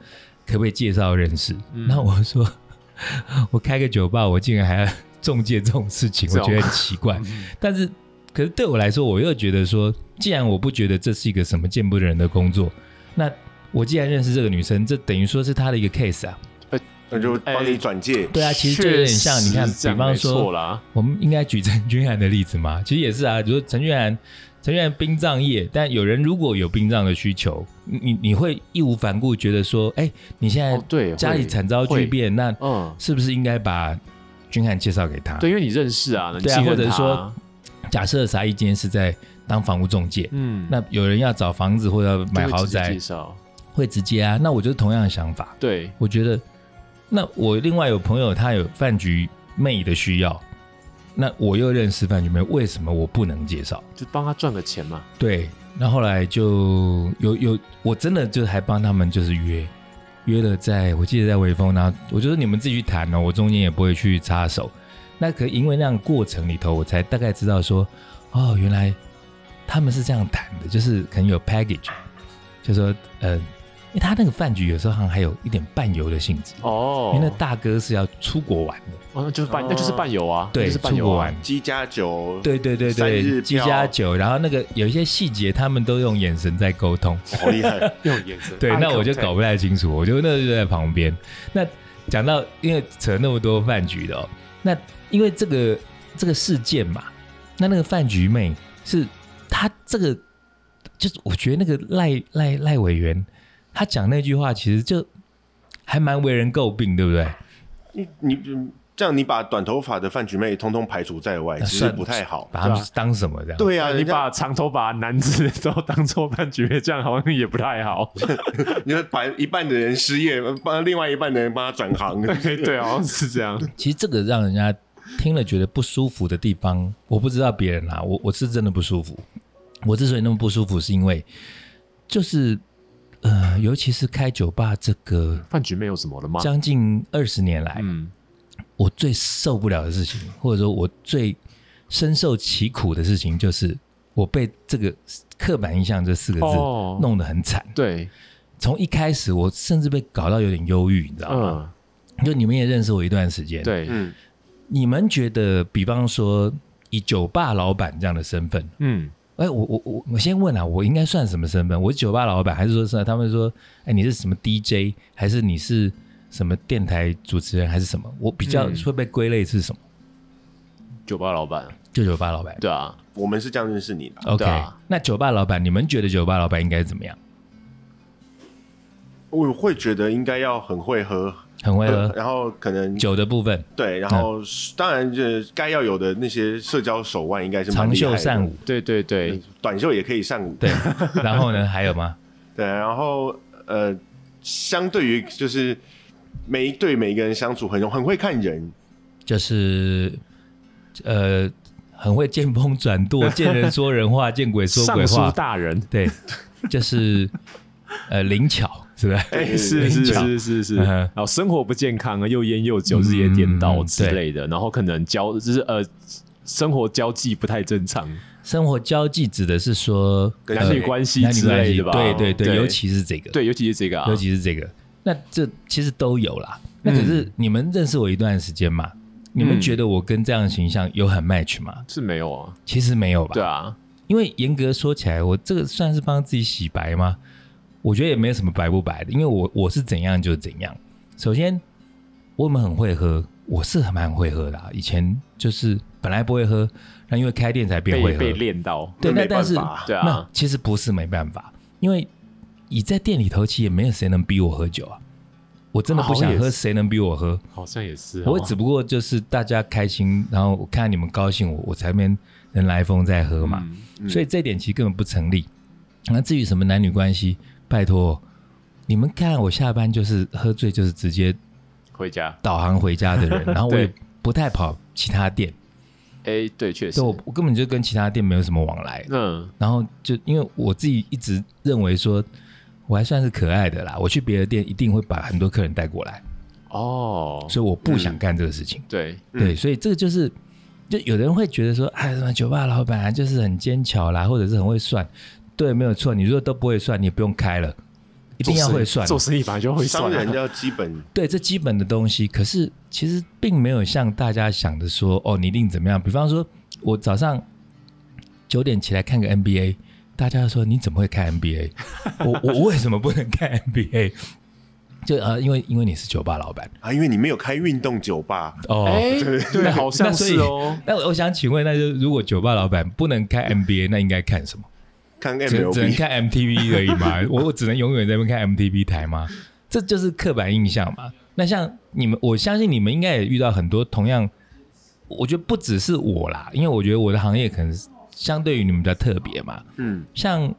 可不可以介绍认识？嗯那我说， 我开个酒吧，我竟然还要中介这种事情，这我种嗯觉得很奇怪。但是，可是对我来说，我又觉得说，既然我不觉得这是一个什么见不得人的工作，那我既然认识这个女生，这等于说是她的一个 case 啊。那就帮你转介。对啊，其实就有点像你看，确实这样比方没说错，啦，我们应该举陈君涵的例子 嘛？其实也是啊，比如说陈君涵，陈君涵殡葬业，但有人如果有殡葬的需求，你你你会义无反顾觉得说，哎、你现哦在对，家里会惨遭巨，变，那会嗯，是不是应该把君涵介绍给他？对，因为你认识啊，你对啊信任或者他说，假设沙溢今天是在当房屋中介，嗯，那有人要找房子或者要买就会豪直接宅介，绍，会直接啊。那我就是同样的想法，对，我觉得，那我另外有朋友他有饭局妹的需要，那我又认识饭局妹，为什么我不能介绍？就帮他赚个钱嘛，对，那后来就有有，我真的就还帮他们就是约约了在，我记得在微风，然后我就说你们自己去谈哦，我中间也不会去插手。那可因为那样过程里头，我才大概知道说，哦，原来他们是这样谈的，就是可能有 package，就说呃，因为他那个饭局有时候好像还有一点伴游的性质，哦，因为那大哥是要出国玩的，哦，那就是伴，那就是伴游啊，那对，就是伴出游国啊玩，。鸡加酒，对对对三日票对，居家酒，然后那个有一些细节，他们都用眼神在沟通。好厉害！用眼神，对， Eye 那我就 contact 搞不太清楚，我就那就在旁边。那讲到因为扯那么多饭局的、哦，那因为这个这个事件嘛，那那个饭局妹是她这个，就是我觉得那个赖赖赖委员他讲那句话，其实就还蛮为人诟病，对不对？你你嗯这样你把短头发的饭局妹通通排除在外，那其实算不太好。把他们对啊当什么这样？，对啊，你人家把长头发男子都当做饭局，这样好像也不太好。你说把一半的人失业，帮另外一半的人帮他转 行， 对，啊好像是这样。其实这个让人家听了觉得不舒服的地方，我不知道别人啦、我我是真的不舒服。我之所以那么不舒服，是因为就是呃，尤其是开酒吧这个饭局妹有什么了吗？将近二十年来，嗯，我最受不了的事情，或者说我最深受其苦的事情，就是我被这个刻板印象这四个字哦弄得很惨。对，从一开始，我甚至被搞到有点忧郁，你知道吗？嗯，就你们也认识我一段时间，，对，嗯，你们觉得，比方说以酒吧老板这样的身份，嗯，哎，我我我我先问啊，我应该算什么身份？我是酒吧老板，还是说是他们说，哎，你是什么 DJ，还是你是什么电台主持人，还是什么？我比较嗯会被归类是什么？酒吧老板，就酒吧老板。对啊，我们是这样认识你的。 OK，、对啊那酒吧老板，你们觉得酒吧老板应该怎么样？我会觉得应该要很会喝，呃很会喝、然后可能酒的 部分，对，然后当然这该要有的那些社交手腕应该是蛮长厉害袖的善舞，，对对嗯对，短袖也可以善舞。对。 然后呢，还有吗？ 对，然后呃，相对于就是每一对每一个人相处很容很会看人，就是呃，很会见风转舵，见人说人话，见鬼说鬼尚书话，大人，对， 就是呃灵巧，是不是？哎，对是是灵巧是是是，嗯哼然后生活不健康啊，又烟又酒，日夜颠倒嗯之类的，然后可能交就是呃，生活交际不太正常，生活交际指的是说跟男谁女关系男女之关类系，的吧？对对对，对，尤其是这个，对，尤其是这个啊嗯尤，其是这个。那这其实都有啦。那可是你们认识我一段时间嘛？你们觉得我跟这样的形象有很 match 吗？是没有啊，其实没有吧。对啊，因为严格说起来，我这个算是帮自己洗白吗？我觉得也没有什么白不白的，因为我我是怎样就怎样。首先，我们很会喝，我是很蛮会喝的、啊。以前就是本来不会喝，那因为开店才变会被喝。被练到，对，那那没但办是法对那啊，其实不是没办法，因为你在店里头，其实也没有谁能逼我喝酒啊。我真的不好想像也喝，是谁能逼我喝？好像也是哦，我只不过就是大家开心，然后我看你们高兴，我我才边人来疯再喝嘛。嗯嗯所以这一点其实根本不成立。那至于什么男女关系，拜托你们看我下班就是喝醉，就是直接回家，导航回家的人，然后我也对不太跑其他店，哎，对，确实所以，我我根本就跟其他店没有什么往来。嗯，然后就因为我自己一直认为说，我还算是可爱的啦，我去别的店一定会把很多客人带过来，哦，所以我不想干这个事情。对，嗯对，所以这个就是，就有的人会觉得说，哎，什么酒吧老板啊，就是很奸巧啦，或者是很会算。对，没有错。你如果都不会算，你也不用开了，一定要会算。做生意本来就会算商啊，人要基本对，这基本的东西。可是其实并没有像大家想的说，哦，你一定怎么样。比方说，我早上九点起来看个 NBA，大家就说你怎么会看 NBA？我我为什么不能看 NBA？就呃，因为因为你是酒吧老板啊，因为你没有开运动酒吧，哦。哎，对，好像那所以是哦，那我我想请问，那就如果酒吧老板不能开 NBA，那应该看什么？看只能只能 MLB 看 MTV 而已嘛？ 我我只能永远在那边看 MTV 台吗？这就是刻板印象嘛。那像你们，我相信你们应该也遇到很多同样，我觉得不只是我啦，因为我觉得我的行业可能是相对于你们比较特别嘛。嗯，像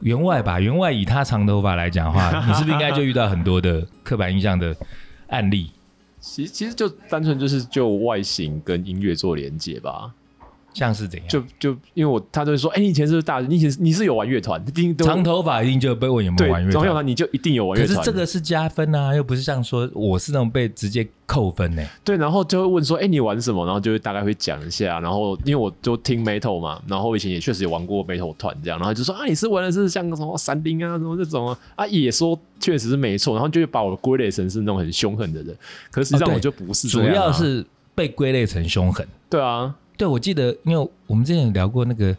员外吧，员外以他长头发来讲 的话，你是不是应该就遇到很多的刻板印象的案例？其实其实就单纯就是就外形跟音乐做连接吧，像是怎样？就就因为我他就会说，哎、你以前是不是大，你以前是你是有玩乐团，一定都长头发一定就被问有没对有玩乐长头团发，你就一定有玩乐可是团。这个是加分啊，又不是像说我是那种被直接扣分呢、对，然后就会问说，哎、你玩什么？然后就会大概会讲一下，然后因为我就听 metal 嘛，然后以前也确实有玩过 metal 团这样，然后就说啊，你是玩的是像什么山林啊，什么这种啊，啊也说确实是没错，然后就会把我归类成是那种很凶狠的人，可是实际上哦对我就不是这主样啊、要是被归类成凶狠。对啊，对，我记得，因为我们之前有聊过那个，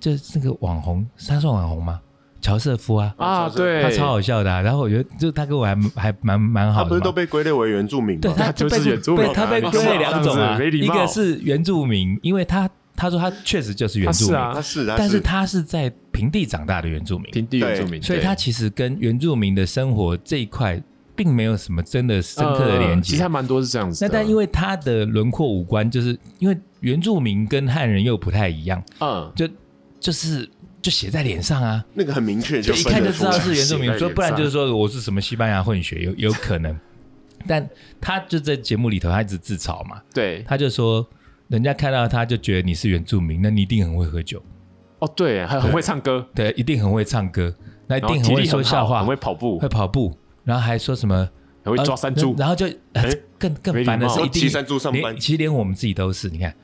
就是那个网红，他算网红吗？乔瑟夫啊，啊啊对，他超好笑的啊、然后我觉得，就他跟我还还蛮蛮好他的嘛。不是都被归类为原住民对吗？他就是被原住民被他被啊归类两种这啊样，子没礼一貌个是原住民，因为他他说他确实就是原他住是民，啊，他他是是，但是他是在平地长大的原住民，平地原对住民，所以对他其实跟原住民的生活这一块并没有什么真的深刻的连呃其接实。还蛮多是这样子那的。但因为它的轮廓五官，就是因为原住民跟汉人又不太一样，嗯，就就是就写在脸上啊，那个很明确，就就一分看得就出知来道是原住写民，在说脸不然上就是说我是什么西班牙混血，有有 可能。但他就在节目里头，他一直自嘲嘛，对，他就说人家看到他就觉得你是原住民，那你一定很会喝酒，哦对，还很会唱歌，对，一定很会唱歌，那一然后定体会力说很笑好，话，很会跑步，会跑步，然后还说什么很会抓呃山猪。然后就、呃哎更更烦的是哦没礼貌一定骑山猪上班连其实连我们自己都是，你看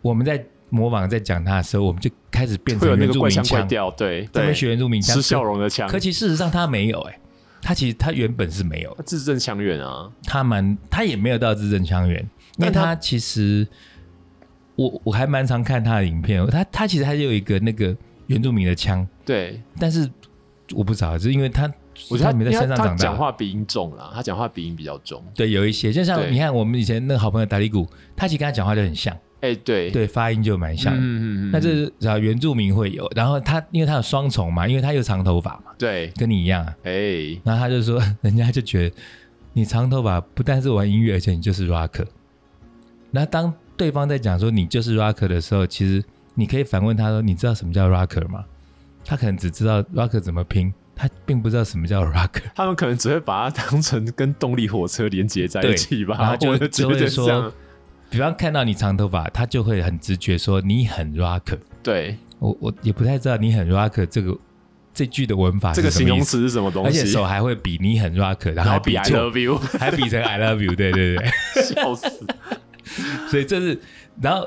我们在模仿在讲他的时候，我们就开始变会成有那原个住怪民腔怪腔，调，对，他们对学原住民腔，吃笑容的腔可。，可其实事实上他没有哎、他其实他原本是没有他，字正腔圆啊，他蛮他也没有到字正腔圆，因为但他他其实我我还蛮常看他的影片哦，他他其实他有一个那个原住民的腔，对，但是我不知道，就是因为他我觉得他他没在山因为上他长讲大。话鼻音重啦，他讲话鼻音比较重，对，有一些就像对你看我们以前那个好朋友达利古，他其实跟他讲话就很像，哎，对，对，发音就蛮像的。嗯嗯嗯，那这是啊，原住民会有，然后他因为他有双重嘛，因为他有长头发嘛，对，跟你一样啊。哎，然后他就说，人家就觉得你长头发不但是玩音乐，而且你就是 rock。那当对方在讲说你就是 rock 的时候，其实你可以反问他说，你知道什么叫 rock 吗？他可能只知道 rock 怎么拼，他并不知道什么叫 rock。他们可能只会把它当成跟动力火车连接在一起吧，对然后就我的觉就会得说这样，比方看到你长头发，他就会很直觉说你很 rock。对，我我也不太知道你很 rock 这个这句的文法这啊是个什形么意容思，词是什么东而且西手？还会比你很 rock，然然后还后比 I 错， love you， 还比成 I love you，对对对， 笑死，所以这是然后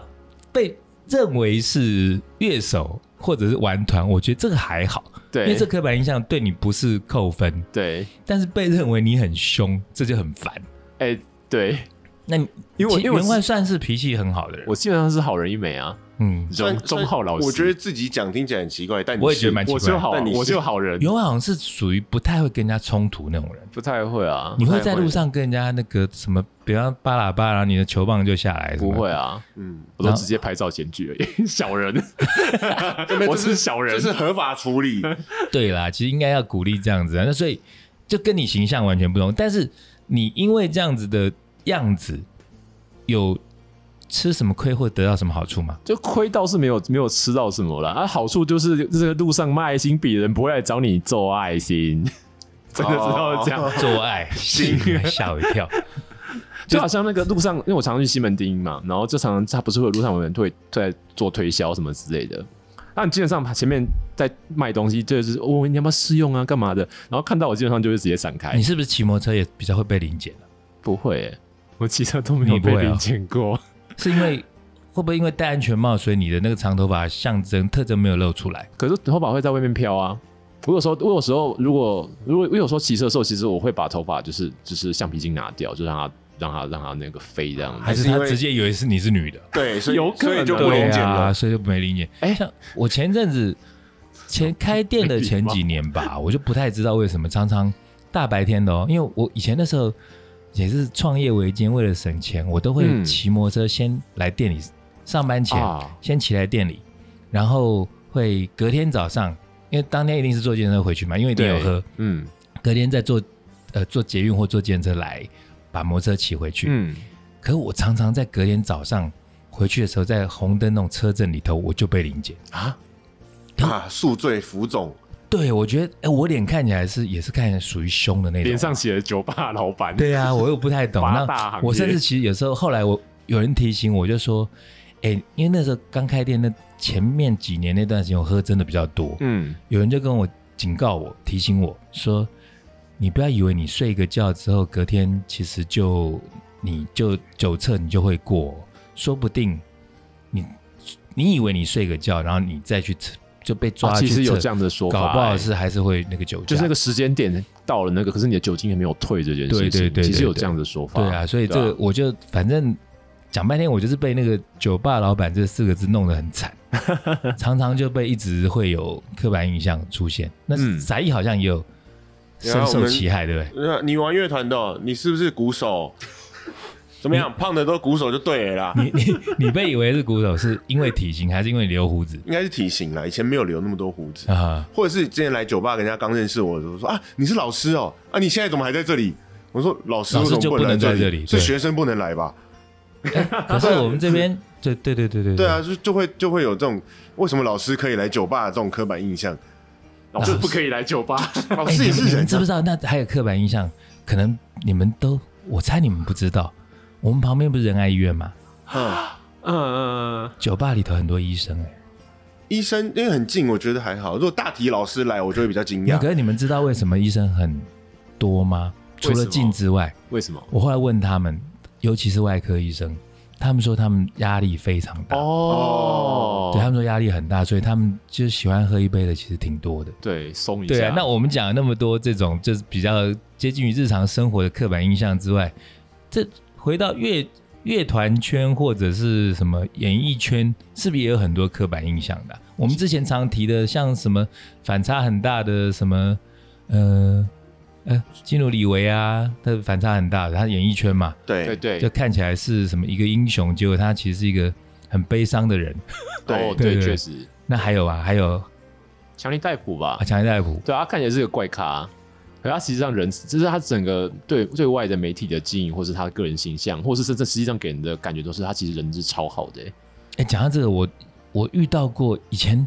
被认为是乐手或者是玩团，我觉得这个还好，因为对这，刻板印象对你不是扣分，对，但是被认为你很凶，这就很烦。哎，对，那你因为我其因为我员外是算是脾气很好的人，我基本上是好人一枚啊，嗯，虽然荣忠浩老师，我觉得自己讲听起来很奇怪，但你我也觉得是蛮奇我怪就的。好，但你是我就好人，员外好像是属于不太会跟人家冲突那种人。不太会啊，你不会太在会路上跟人家那个什么，比方扒喇叭，然后你的球棒就下来，不会，啊，嗯，我都直接拍照检举 而已，小人，我这是小人这，是合法处 理。 对啦，其实应该要鼓励这样子啊。那所以就跟你形象完全不同，但是你因为这样子的样子，有吃什么亏或得到什么好处吗？就亏倒是没有没有吃到什么啦，啊，好处就是这个路上卖爱心比人不会来找你做爱心， 真的知道这样，哦做爱，心吓我一跳。就好像那个路上，因为我常常去西门町嘛，然后就常常他不是会有路上有人会在做推销什么之类的。那你基本上前面在卖东西，就是哦，你要不要试用啊，干嘛的？然后看到我基本上就会直接闪开你，是不是骑摩托车也比较会被临检啊 不会、欸，我骑车都没有你不被会啊零检过。是因为会不会因为戴安全帽，所以你的那个长头发象征特征没有露出来？可是头发会在外面飘啊。我有时候，我有时候如果如果我有时候骑车的时候，其实我会把头发就是就是橡皮筋拿掉，就让它让它让它那个飞这样子。还是还是因他为直接以为是你是女的？对，所以有可能所以就不对能见啊，了。所以就没理解。哎像我前阵子前开店的前几年 吧，我就不太知道为什么常常大白天的哦，因为我以前那时候也是创业维艰，为了省钱，我都会嗯骑摩托车先来店里上班前，啊，先骑来店里，然后会隔天早上，因为当天一定是坐健身车回去嘛，因为你有对喝，嗯隔天再坐呃坐捷运或坐健身车来把摩托车骑回去。嗯，可是我常常在隔天早上回去的时候，在红灯那种车阵里头，我就被临检。啊，宿醉浮肿，对，我觉得，哎、我脸看起来是也是看起来属于凶的那种。脸上写了酒吧老板，对啊，我又不太懂。八大那行业我甚至其实有时候后来我有人提醒我，就说，哎、因为那时候刚开店，那前面几年那段时间我喝真的比较多，嗯，有人就跟我警告我，提醒我说，你不要以为你睡一个觉之后，隔天其实就你就酒测你就会过，说不定你你以为你睡个觉，然后你再去测就被抓啊去其实测、有这样的说法搞不好哎是还是会那个酒驾，就是那个时间点到了那个，可是你的酒精还没有退这件事情，对对对对其实有这样的说法。对啊，所以这对个啊我就反正讲半天，我就是被那个酒吧老板这四个字弄得 很惨，常常就被一直会有刻板印象出现。那嗯翟毅好像也有深然后我受们其害，对不对？那你玩乐团的哦，你是不是鼓 手？怎么样，胖的都鼓手就对了啦。你你你被以为是鼓手，是因为体型还是因为留胡子应该是体型啦，以前没有留那么多胡子，啊？或者是之前来酒吧，人家刚认识我的时候说啊，你是老师哦，啊，你现在怎么还在这里？我说老师老为什师么就不不来能在这这里，里是对学生不能来吧？可是我们这边，对对对对对对啊，，就就会就会有这种为什么老师可以来酒吧这种刻板印象，老哦师不可以来酒吧， 老哎师也你们是你人们知不啊，知道？那还有刻板印象，可能你们都，我猜你们不知道。我们旁边不是仁爱医院吗？嗯，嗯嗯嗯，酒吧里头很多医生哎、医生因为很近，我觉得还好。如果大体老师来，我就会比较惊那可讶。是你们知道为什么医生很多吗？除为什了么近之外，为什么？我后来问他们，尤其是外科医生，他们说他们压力非常大，哦，对啊他们说压力很大，所以他们就喜欢喝一杯的其实挺多的。对，松一下。对啊，那我们讲了那么多这种就是比较接近于日常生活的刻板印象之外，这回到乐乐团圈或者是什么演艺圈，是不是也有很多刻板印象的啊、我们之前常提的，像什么反差很大的什么，呃呃，基努里维啊，他反差很大的，他演艺圈嘛，对对对就看起来是什么一个英雄，结果他其实是一个很悲伤的人。哦对对对，对确实，那还有啊，还有啊，强力逮捕吧，强尼戴普，对啊他看起来是个怪咖，可他实际上人，就是他整个对对外的媒体的经营，或是他个人形象，或是甚至实际上给人的感觉都是他其实人是超好的、欸哎，讲到这个，我我遇到过以前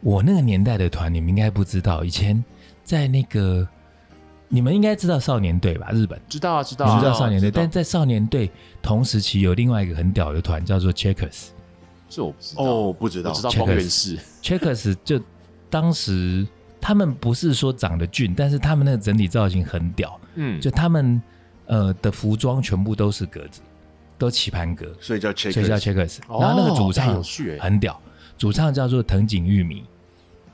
我那个年代的团，你们应该不知道。以前在那个，你们应该知道少年队吧？日本，知道啊，知道你啊，们知道少年队，知道但在少年队同时期有另外一个很屌的团，叫做 Checkers。 这我不知道，哦，不知我道知道切克光源斯氏 Checkers 就当时他们不是说长得俊，但是他们那个整体造型很屌，嗯，就他们呃的服装全部都是格子，都棋盘格，所以叫 check，所以叫 Checkers。然后那个主太唱哦哎有趣、欸，很屌，主唱叫做藤井裕美。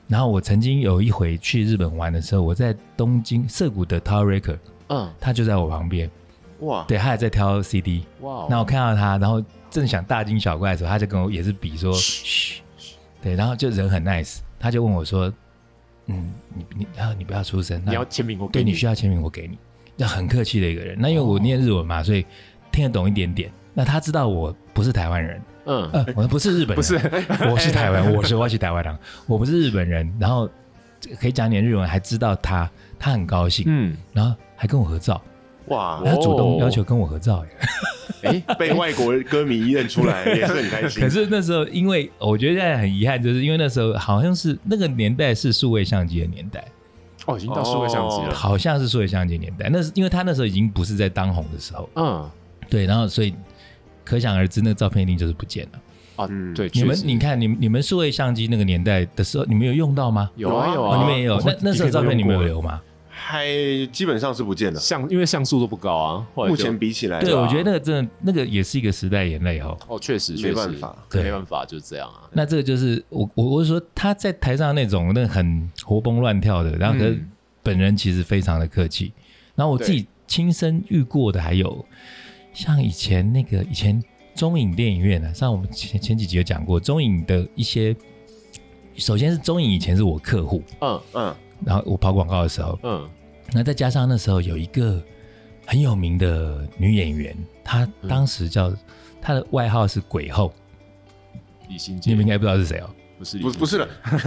然后我曾经有一回去日本玩的时候，我在东京涩谷的 Tower Record，嗯，他就在我旁边，哇，对他也在挑 CD。哇哦，那我看到他，然后正想大惊小怪的时候，他就跟我也是比说，嘘，对，然后就人很 nice，他就问我说，嗯，你你，然后你不要出声，那你要签名，我对给你需要签名，我给你。就很客气的一个人。那因为我念日文嘛，所以听得懂一点点。那他知道我不是台湾人，嗯，呃，我不是日本人，不是哎我是台湾，我是我是台湾人，我不是日本人。然后可以讲点日文，还知道他，他很高兴，嗯，哦然后还跟我合照，哇，他主动要求跟我合照耶。哎、被外国歌迷认出来也是很开心 可。是那时候，因为我觉得现在很遗憾，就是因为那时候好像是那个年代是数位相机的年代，哦，已经到数位相机了，好像是数位相机年代。那是因为他那时候已经不是在当红的时候，嗯，对，然后所以可想而知，那个照片一定就是不见了。啊，嗯对，你们确，实你看，你们你们数位相机那个年代的时候，你们有用到吗？有啊有有哦，啊，你们也有。那那时候照片你们有有。留吗？还基本上是不见了，像因为像素都不高啊，后来目就前比起来，对，啊我觉得那个真的，那个也是一个时代眼泪哦。哦，确实没确实办法对没办法，就是这样啊。那这个就是我我我是说他在台上那种那很活蹦乱跳的，然后可是嗯本人其实非常的客气。然后我自己亲身遇过的还有像以前那个以前中影电影院呢、啊，像我们前前几集有讲过中影的一些，首先是中影以前是我客户，嗯嗯，然后我跑广告的时候，嗯，那再加上那时候有一个很有名的女演员，她当时叫、她的外号是鬼后，李心你洁们应该不知道是谁哦。不是李不心不是洁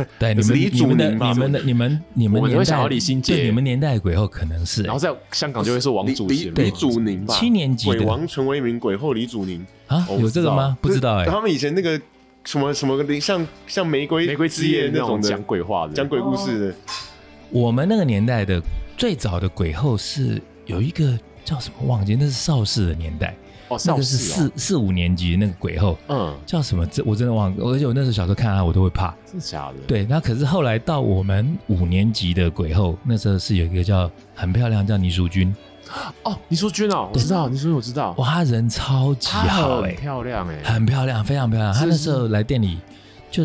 了，，对，不你是们李你祖们的宁吧你们的你们你们我们年会代想到李心洁对你们年代的鬼后可能是、然后在香港就会说王李祖李贤，李祖宁吧，七年级鬼的王陈为民，鬼后李祖宁，啊，哦有这个吗？不知道哎、他们以前那个什么什么像像玫瑰玫瑰之夜那种的讲鬼话的，讲鬼故事的，我们那个年代的最早的鬼后是有一个叫什么忘记，那是邵氏的年代，哦，那邵个氏是哦四四五年级那个鬼后嗯，叫什么？这我真的忘了，而且我那时候小时候看她我都会怕。真的假的？，对，那可是后来到我们五年级的鬼后，那时候是有一个叫很漂亮，叫倪淑君，哦，倪淑君哦，我知道，倪淑君我知道，哇，她人超级她好很哎、漂亮哎，很漂亮，非常漂亮。她是那是时候来店里，就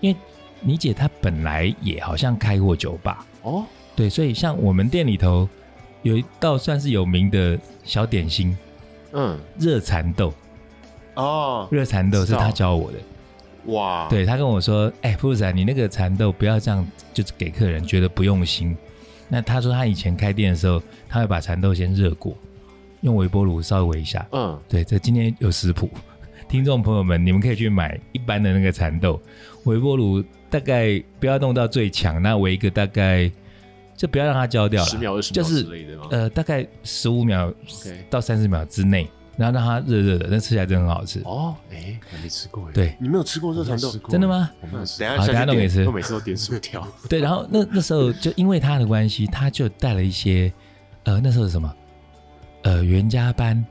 因为倪姐她本来也好像开过酒吧，哦，对，所以像我们店里头有一道算是有名的小点心嗯，热蚕豆，哦，热蚕豆是知道她教我的。啊哇，对他跟我说：“哎、普鲁仔，你那个蚕豆不要这样，就是给客人觉得不用心。”那他说他以前开店的时候，他会把蚕豆先热过，用微波炉稍微一下。嗯，对，这今天有食谱，听众朋友们，你们可以去买一般的那个蚕豆，微波炉大概不要弄到最强，那围一个大概就不要让它焦掉了，十秒、二十就秒是之类的吗？呃，大概十五秒 OK 到三十秒之内，然后让它热热的，但吃起来真的很好吃。哦，哎，我没吃过耶，对，嗯你没有吃过热我没有蚕豆吃？过，真的？吗？我没有吃等一过，下好下去等一下弄给你吃我每次都点薯 条，对，然后那那时候就因为他的关系，他就带了一些，呃，那时候是什么，呃，袁家班，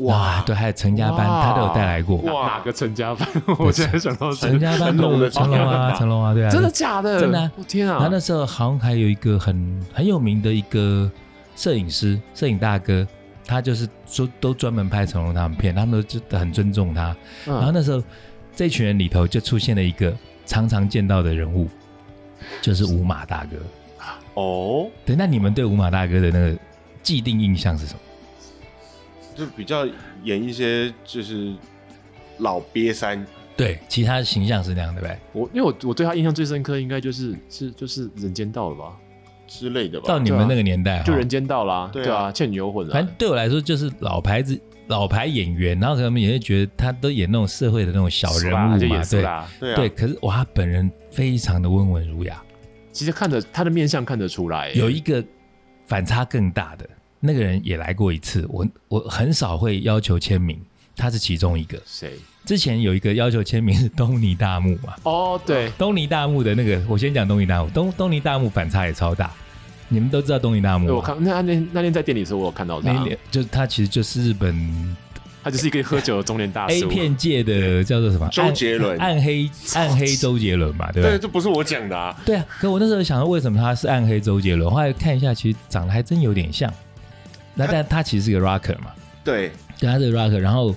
哇，对，还有陈家班，哇他都有带来过。哪哪个陈 家班？我现在想到是陈家班成龙的成龙啊，成龙啊，对啊，真的对。假的？真的啊我天然后啊！那时候好像还有一个很很有名的一个摄影师，摄影大哥，他就是说都专门拍成龙他们片，他们都就很尊重他。然后嗯那时候这群人里头就出现了一个常常见到的人物，就是五马大哥。哦，对，那你们对五马大哥的那个既定印象是什么？就比较演一些就是老瘪三，对，其他的形象是那样，对不对？我因为我我对他印象最深刻，应该就是是就是人间道了吧？之类的吧。到你们那个年代，哦啊就哈人间道啦，对啊对啊，倩女幽魂哦反啊正，对我来说就是老牌子、老牌演员，然后他们也会觉得他都演那种社会的那种小人苏物拉嘛，就演苏对啦。对啊，对。可是哇，他本人非常的温文儒雅，其实看着他的面相看得出来，有一个反差更大的那个人也来过一次，我我很少会要求签名，他是其中一个。谁？之前有一个要求签名是东尼大木嘛，哦，对，东尼大木的那个，我先讲东尼大木，东东尼大木反差也超大，你们都知道东尼大木对吗我看那那天那天在店里的时候，我有看到嗯那他一，年就是他其实就是日本他就是一个喝酒的中年大 A 叔。片界的叫做什么？周杰伦暗暗黑暗黑周杰伦嘛，对不对，对？这不是我讲的啊，对啊，可我那时候想，为什么他是暗黑周杰伦？后来看一下，其实长得还真有点像。那但他其实是个 rocker 嘛，对，对，他是个 rocker。然后，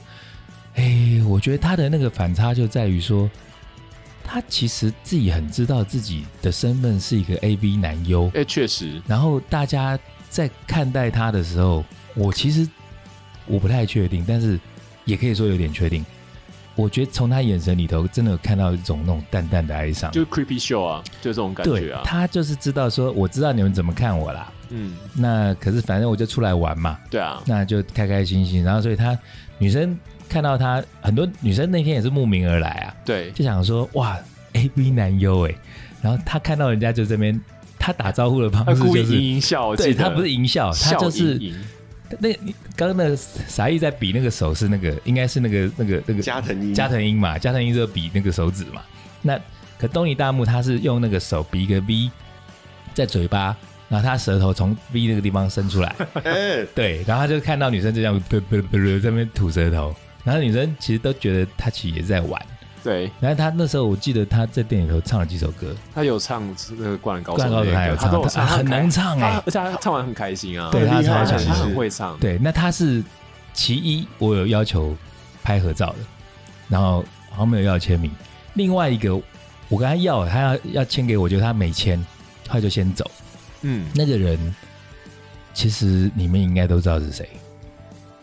哎，我觉得他的那个反差就在于说，他其实自己很知道自己的身份是一个 AV 男优，哎，确实，然后大家在看待他的时候，我其实我不太确定，但是也可以说有点确定。我觉得从他眼神里头，真的有看到一种那种淡淡的哀伤。就是 creepy show 啊，就这种感对觉啊。他就是知道说，我知道你们怎么看我啦。嗯，那可是反正我就出来玩嘛，对啊，那就开开心心。然后所以他女生看到他，很多女生那天也是慕名而来啊，对，就想说哇，A B 男优哎。然后他看到人家就这边，他打招呼的方他式故就意是阴阴笑，我对记得他不是淫笑，他笑就是盈盈那你刚刚那个傻义在比那个手是那个，应该是那个那个那个加藤鹰，加藤鹰嘛，加藤鹰就比那个手指嘛。那可东尼大木他是用那个手比一个 V，在嘴巴，然后他舌头从 V 那个地方伸出来，哎，对，然后他就看到女生就这样 噗噗噗噗在那边吐舌头，然后女生其实都觉得他其实也在玩。对，然后他那时候我记得他在店里头唱了几首歌，他有唱那个《灌篮高手灌》那篮高手他有个，都有唱，唱，很开能唱哎、他而且他唱完很开心啊，对他很厉害超他强其的，实他很会唱，对，那他是其一，我有要求拍合照的，然后好像没有要签名。另外一个，我跟他要，他要要签给我，结果他没签，他就先走。嗯，那个人其实你们应该都知道是谁，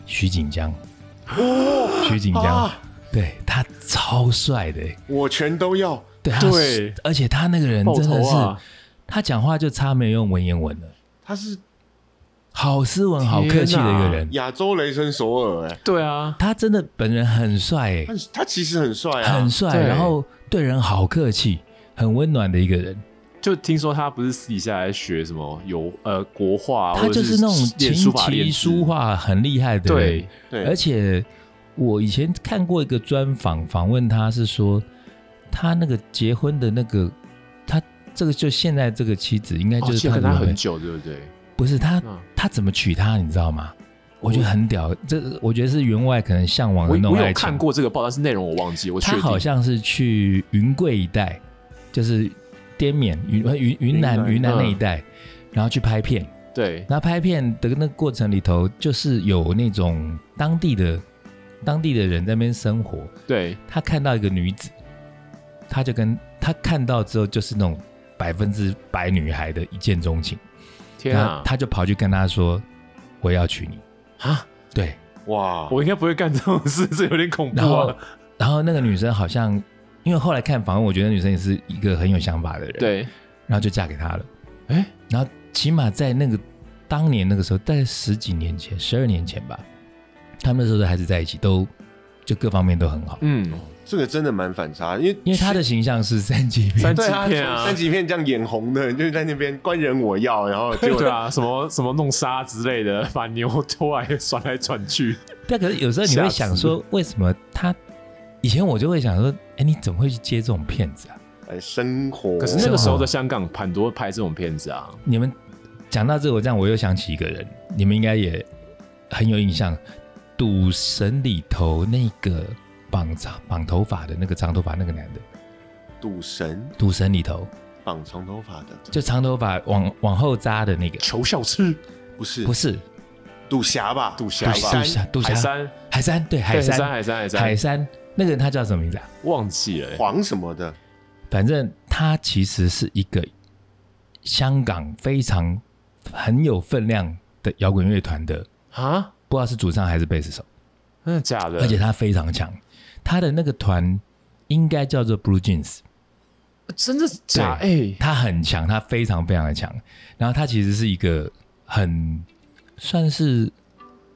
徐 锦江。徐锦江，啊对他超帅的欸、我全都要，对他对而且他那个人爆真的头是，啊，他讲话就差没有用文言文了，他是好斯文、好客气的天一个哪人。亚洲雷神索尔，哎，对啊，他真的本人很帅、欸，他他其实很帅啊，很帅，哎对然后对人好客气，很温暖的一个人。就听说他不是私底下来学什么油呃国画啊，他或者就是那种琴练书法练棋字书，画很厉害的人对。，对而，且我以前看过一个专访，访问他是说，他那个结婚的那个，他这个就现在这个妻子应该哦哎就其是实他跟的他老婆很久，对不对？不是他嗯他怎么娶她，你知道吗？我觉得很屌，这我觉得是员外可能向往的我那种我有爱情看。过这个报，但是内容我忘记，我确他定好像是去云贵一带，就是滇缅云呃云云南云南云南那一嗯带，然后去拍片。对那拍片的那个过程里头，就是有那种当地的当地的人在那边生活，对，他看到一个女子，他就跟他看到之后就是那种百分之百女孩的一见钟情，天然啊后，他就跑去跟她说：“我要娶你。啊，”对，哇，我应该不会干这种事， 这有点恐怖然后啊。然后那个女生好像，因为后来看访问，我觉得女生也是一个很有想法的人，，对，然后就嫁给他了。哎，然后起码在那个当年那个时候，大概十几年前、十二年前吧，他们那时候都还是在一起，都就各方面都很好。嗯，这个真的蛮反差，因为因为他的形象是三级三片，对啊，级片啊三级片这样眼红的，就是在那边官人我要，然后结果对啊，什么什么弄沙之类的， 把牛拖来甩来转去，但啊可是有时候你会想说，为什么他以前我就会想说，哎，你怎么会去接这种骗子啊？哎生活，可是那个时候的香港很多拍这种片子啊，你们讲到这，我这样我又想起一个人，你们应该也很有印象，《赌神》里头那个绑长绑头发的那个长头发那个男的，《赌神赌神》里头绑长头发的就长头发往往后扎的那个，求小吃，不是不是赌侠吧？赌侠赌吧侠，赌海侠，山，海山，对，海对海山，山，海山，海山，海山，那个人他叫什么名字啊？忘记了欸，黄什么的，反正他其实是一个香港非常很有分量的摇滚乐团的，啊，不知道是主唱还是贝斯手，真的假的？而且他非常强。他的那个团应该叫做 Blue Jeans，真的假？哎、他很强，他非常非常的强。然后他其实是一个很算是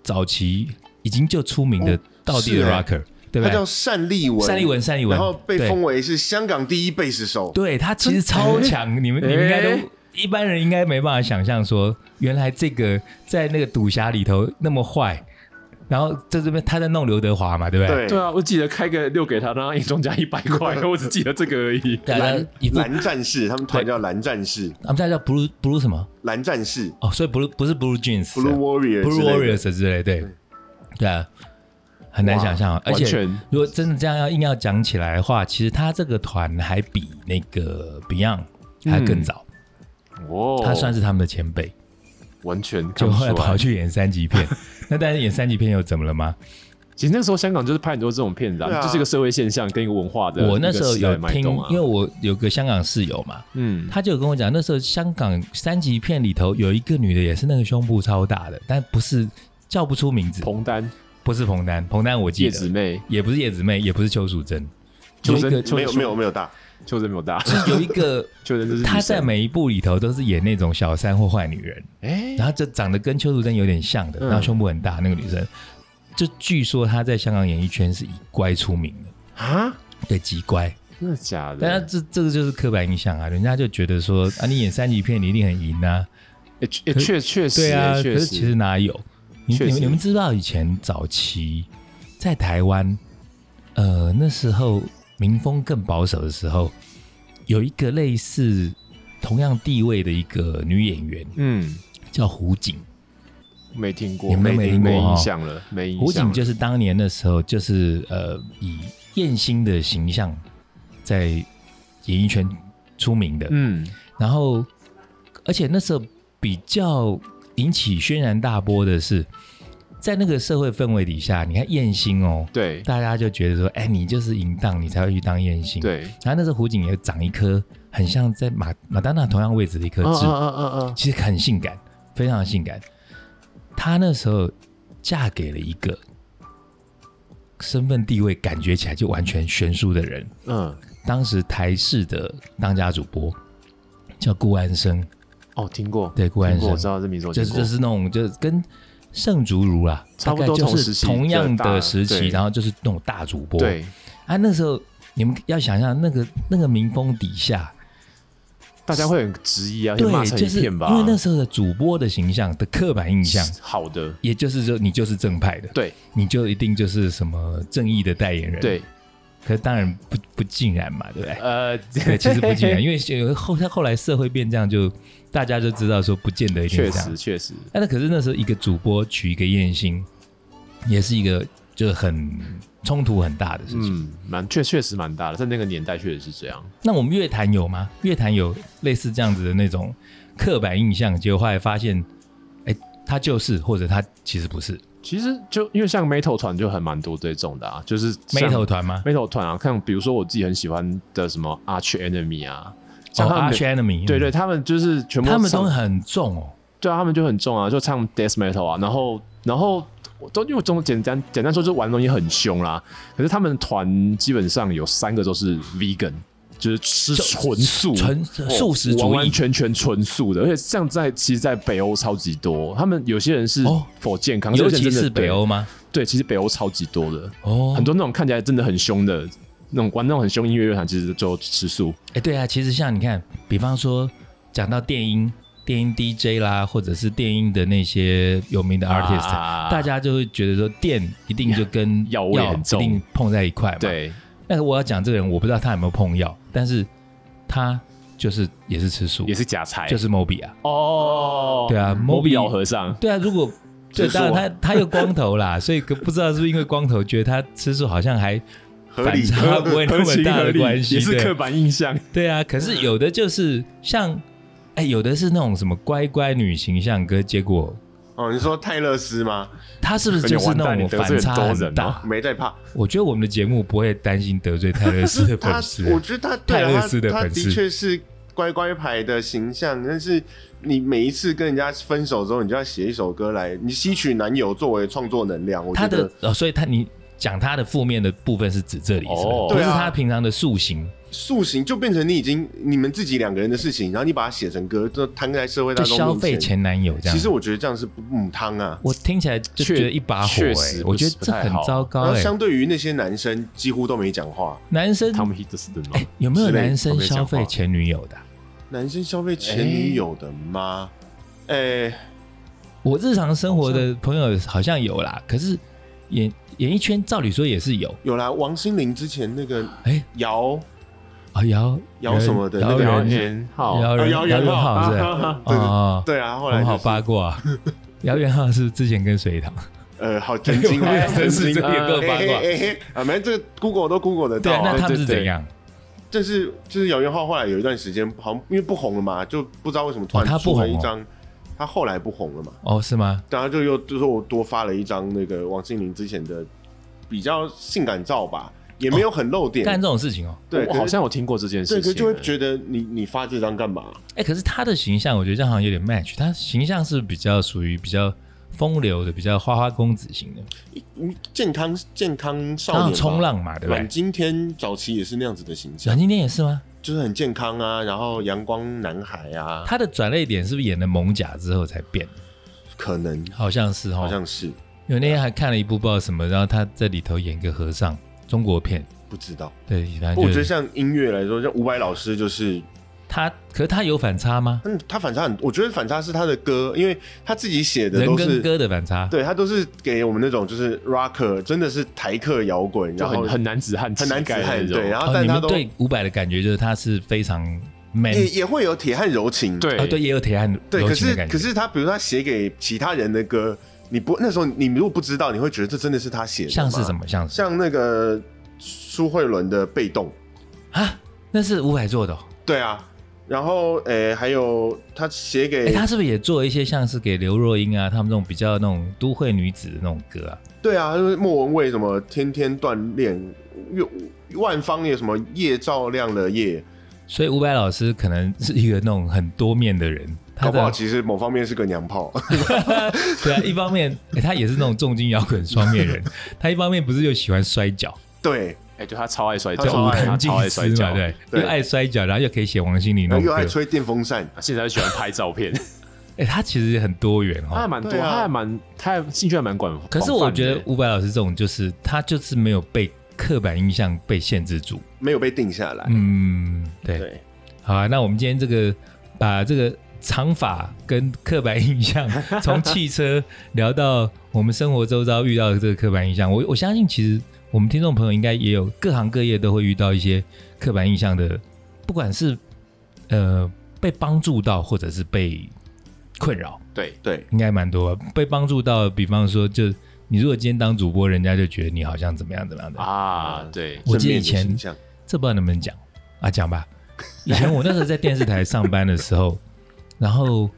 早期已经就出名的哦道地的是欸 rocker，、对他不叫对？单立文，单立文，单立文，然后被对封为是香港第一贝斯手，对他其实超强，你们你们应该哎 都一般人应该没办法想象说，原来这个在那个赌侠里头那么坏，然后在这边他在弄刘德华嘛，对不对？对对啊，我记得开个六给他，让他硬中加一百 块，我只记得这个而已。对啊，他一副蓝战士，他们团叫蓝战士，他们叫叫 blue blue 什么？蓝战士哦，所以 blue 不是 blue jeans ，Blue Warrior， blue 之类的 warriors 之类，对对啊，很难哇想象啊，而完且全如果真的这样要硬要讲起来的话，其实他这个团还比那个 Beyond 还更早，嗯哦，他算是他们的前辈。完全看就不出后来来跑去演三级片。那但是演三级片又怎么了吗？其实那时候香港就是拍很多这种片子、对啊，啊就是一个社会现象跟一呃个文化的。我那时候有听，啊、因为我有个香港室友嘛，嗯，他就有跟我讲，那时候香港三级片里头有一个女的也是那个胸部超大的，但不是叫不出名字，彭丹、不是彭丹，彭丹我记叶子得，妹、也不是叶子妹，也不是邱淑贞，邱有一贞个邱没有邱没有没有大，邱贞没有 大，就是有一个。邱 贞就是女她在生每一部里头都是演那种小三或坏女人，哎、然后就长得跟邱淑贞有点像的，嗯然后胸部很大那个女生，就据说她在香港演艺圈是以乖出名的，啊，对，极乖。真的假的？但是这这个就是刻板印象啊，人家就觉得说啊，你演三级片你一定很赢啊，哎确哎确确实对啊，确可实是其实哪有？你确你实们你们知道以前早期在台湾，呃，那时候民风更保守的时候，有一个类似同样地位的一个女演员嗯，叫胡锦，没听过，你们都没没听过没哦印象了，没印象了。胡锦就是当年的时候就是呃以艳星的形象在演艺圈出名的，嗯，然后，而且那时候比较引起轩然大波的是，在那个社会氛围底下，你看艳星哦，对大家就觉得说，哎，你就是淫荡，你才会去当艳星。。对，然后那时候胡锦也长一颗很像在马马丹娜同样位置的一颗嗯痣，嗯嗯嗯嗯，其实很性感，非常性感。她那时候嫁给了一个身份地位感觉起来就完全悬殊的人，嗯，当时台视的当家主播叫顾安生，哦，听过，对顾安听过，我生知道这名字，我就听是过就是那种就是跟盛竹如啦，差大不概多就同时是期同样的大的时期，对然后就是那种大主播。对，啊，那时候你们要想象那个那个民风底下，大家会很质疑啊，对会骂，成就一是片吧，因为那时候的主播的形象的刻板印象，好的，也就是说你就是正派的，对你就一定就是什么正义的代言人。，对，可是当然不不尽然嘛，对不对？呃，对，其实 不尽然，为因为有后后来社会变这样就，大家就知道说不见得一定确是这样实。确实，但那可是那时候一个主播娶一个艳星，也是一个就是很冲突很大的事情。嗯，蛮确确实蛮大的，在那个年代确实是这样。那我们乐坛有吗？乐坛有类似这样子的那种刻板印象，结果后来发现，哎、他就是，或者他其实不是其实就因为像 metal 团就很蛮多这种的啊，就是像 metal 团吗？ metal 团啊，看比如说我自己很喜欢的什么 Arch Enemy 啊，哦像他们、 ，Arch Enemy，对对，，他们就是全部他们唱都很重哦。对啊，他们就很重啊，就唱 death metal 啊，然后然后我都因为中简单简单说，就是玩东西很凶啦。可是他们团基本上有三个都是 vegan，就是吃就纯素、纯素食主义哦完完全全纯素的。而且这样在其实，在北欧超级多，他们有些人是哦否健康，尤有些人其真的是北，欧吗？对对，其实北欧超级多的，哦，很多那种看起来真的很凶的那种玩那种很凶音乐乐团，其实最后吃素。哎、对啊，其实像你看，比方说讲到电音、电音 DJ 啦，或者是电音的那些有名的 artist，、啊大家就会觉得说电一定就跟药味很重一定碰在一块嘛。，对，但是我要讲这个人，我不知道他有没有碰药，但是他就是也是吃素，也是假财，就是 Moby 啊，哦，对啊摩 Moby- 比老和尚，对啊，如果。对，吃素当啊然他他又光 头啦，所以可不知道是不是因为光头，觉得他吃素好像还合理反差不会那合么情大合的理，关系，也是对刻板印象。对啊，可是有的就是像，哎，有的是那种什么乖乖女形象歌，结果哦，你说泰勒斯吗？她是不是就是那种反差很 大？没在怕，我觉得我们的节目不会担心得罪泰勒斯的他粉丝，，我觉得他对泰勒啊斯他的他粉丝的确是乖乖牌的形象，但是你每一次跟人家分手之后，你就要写一首歌来，你吸取男友作为创作能量。我他 觉的得呃，所以他你讲他的负面的部分是指这里，是不是哦不是对啊他平常的塑形，塑形就变成你已经你们自己两个人的事情，然后你把它写成歌，就摊在社会啊大就众消面费前男友这样。其实我觉得这样是不母汤啊。我听起来就觉得一把火、确确哎，实我觉得不是这很糟糕然后哎、相对于那些男生，几乎都没讲话。男生他们 hit 死的吗哎、？ 有没有之类男生我没讲消费话前女友的啊、男生消费前女友的哎吗？诶、我日常生活的朋友好像有啦，可是演演艺圈照理说也是有。有啦，王心凌之前那个哎、姚啊姚姚什么的姚那个姚人元浩，姚人哦姚元元浩浩是吧对哦，对啊，后来、很就是、好八 卦啊。姚元浩是之前跟隋唐，呃，好震惊 我啊也，震真是惊这啊！个哎八 哎卦。哎哎啊，没这个 Google 都 Google 得对到、啊，那啊。他们是对对怎样？但是就是姚元浩后来有一段时间，好像因为不红了嘛，就不知道为什么突哦他然不红出哦了一张，他后来不红了嘛，哦，是吗？然后就又就是我多发了一张那个王心凌之前的比较性感照吧，也没有很露点，干这种事情哦。 对，我可是好像有听过这件对，事可是情，就会觉得你你发这张干嘛？哎、可是他的形象，我觉得这样好像有点 match。他形象是比较属于比较风流的，比较花花公子型的，嗯健康健康少然后年吧冲，浪嘛，对不阮对？经天早期也是那样子的形象阮，经天也是吗？就是很健康啊，然后阳光男孩啊，他的转泪点是不是演了蒙甲之后才变？可能好像是哦，好像是因为那天还看了一部不知道什么，然后他在里头演个和尚，中国片。不知道。对，反不过我正觉就得是像音乐来说，像伍佰老师就是，他，可是他有反差吗？嗯，他反差很，我觉得反差是他的歌，因为他自己写的人都跟是，歌的反差。对他都是给我们那种就是 rocker，真的是台客摇滚，就然后很很男子汉气很概男的子汉，那种，对，然后哦，但你他们都对伍佰的感觉就是他是非常 man，也也会有铁汉柔情，对哦，对，也有铁汉对，柔可情的是感觉。可是他比如说他写给其他人的歌，你不那时候你如果不知道，你会觉得这真的是他写的，像是什么？么？像是像那个苏慧伦的《被动》，啊，那是伍佰做的哦。对啊，然后诶、还有他写给、哎，他是不是也做了一些像是给刘若英啊，他们这种比较那种都会女子的那种歌啊？对啊，就是莫文蔚什么天天锻炼，月万方有什么夜照亮了夜，所以伍佰老师可能是一个那种很多面的人，他搞不好的其实某方面是个娘炮， 对啊，一方面、诶他也是那种重金摇滚双面人，他一方面不是又喜欢摔跤，对，哎，对他超爱摔跤，他超叫武爱藤他静超爱司摔跤，嘛，对，对又爱摔跤，然后又可以写王心凌那然后种又爱歌，吹电风扇，现在喜欢拍照片，哎、他其实很多元 他还哦。蛮多，对啊他还蛮，他还兴趣还蛮广。可是广我泛的觉得伍佰老师这种，就是他就是没有被刻板印象被限制住。没有被定下哎来，嗯，对，对，好啊，那我们今天这个把这个长发跟刻板 印象，从汽车聊到我们生活周遭遇到的这个刻板印象，我我相信其实我们听众朋友应该也有各行各业都会遇到一些刻板印象的，不管是呃被帮助到或者是被困扰，对，对，应该蛮多吧。被帮助到，比方说就你如果今天当主播，人家就觉得你好像怎么样怎么样的啊，对，我正记得面以的前形象这不知道能不能讲啊？讲吧。以前我那时候在电视台上班的时候， 然后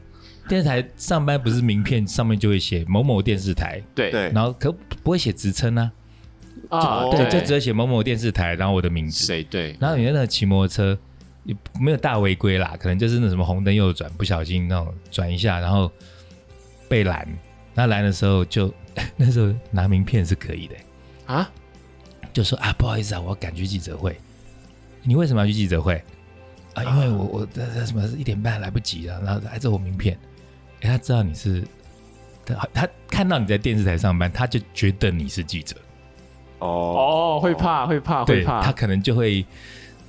电视台上班不是名片上面就会写某某电视台，对对哦然后可不会写职称啊，啊，对，对就只有写某某电视台，然后我的名字。谁对，然后你在那个骑摩托车也没有大违规啦，可能就是那什么红灯右转，不小心那种转一下，然后被拦。那拦的时候就 那时候拿名片是可以的、啊，就说啊，不好意思啊，我要赶去记者会。你为什么要去记者会？啊，因为我我这这什么一点半来不及了，然后还这我名片。哎，他知道你是，他他看到你在电视台上班，他就觉得你是记者，哦，哦，会怕，会怕，会对怕。他可能就会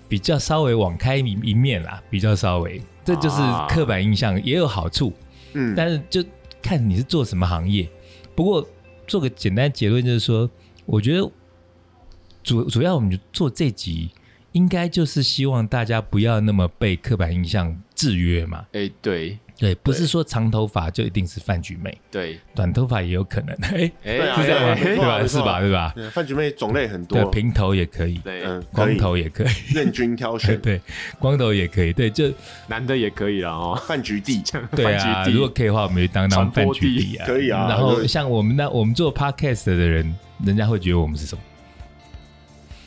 比较稍微网开一一面啦，比较稍微，这就是啊刻板印象，也有好处，嗯，但是就看你是做什么行业。不过做个简单结论，就是说，我觉得主主要我们做这集，应该就是希望大家不要那么被刻板印象制约嘛。哎，对对，不对是说长头发就一定是饭局妹，对，短头发也有可能，哎，哎对啊是这样吗？哎没对错啊吧？没是错啊吧？对吧？对饭局妹种类很对，多，平头也可以，对，嗯，可光以头也可以， 任君挑选，对，光头也可以，对，就男的也可以啦哦。 饭局地，对啊饭。局地如果可以的话，我们就当当传饭播局地地啊， 可以啊然就后是像我们那我们做 podcast 的人，人家会觉得我们是什么？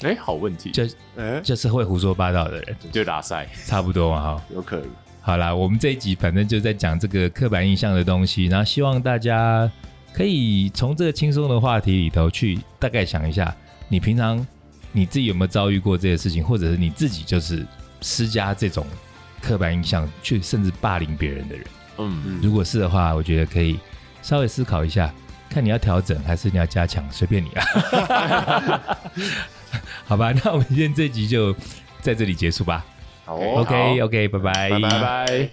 哎，好问题，就哎，就是会胡说八道的人，就打赛。差不多嘛哈。有可能，好啦，我们这一集反正就在讲这个刻板印象的东西，然后希望大家可以从这个轻松的话题里头去大概想一下，你平常你自己有没有遭遇过这些事情，或者是你自己就是施加这种刻板印象，去甚至霸凌别人的人。嗯，嗯如果是的话，我觉得可以稍微思考一下，看你要调整还是你要加强，随便你啊。 好吧，那我们今天这集就在这里结束吧。哦好 OK OK，拜拜拜拜。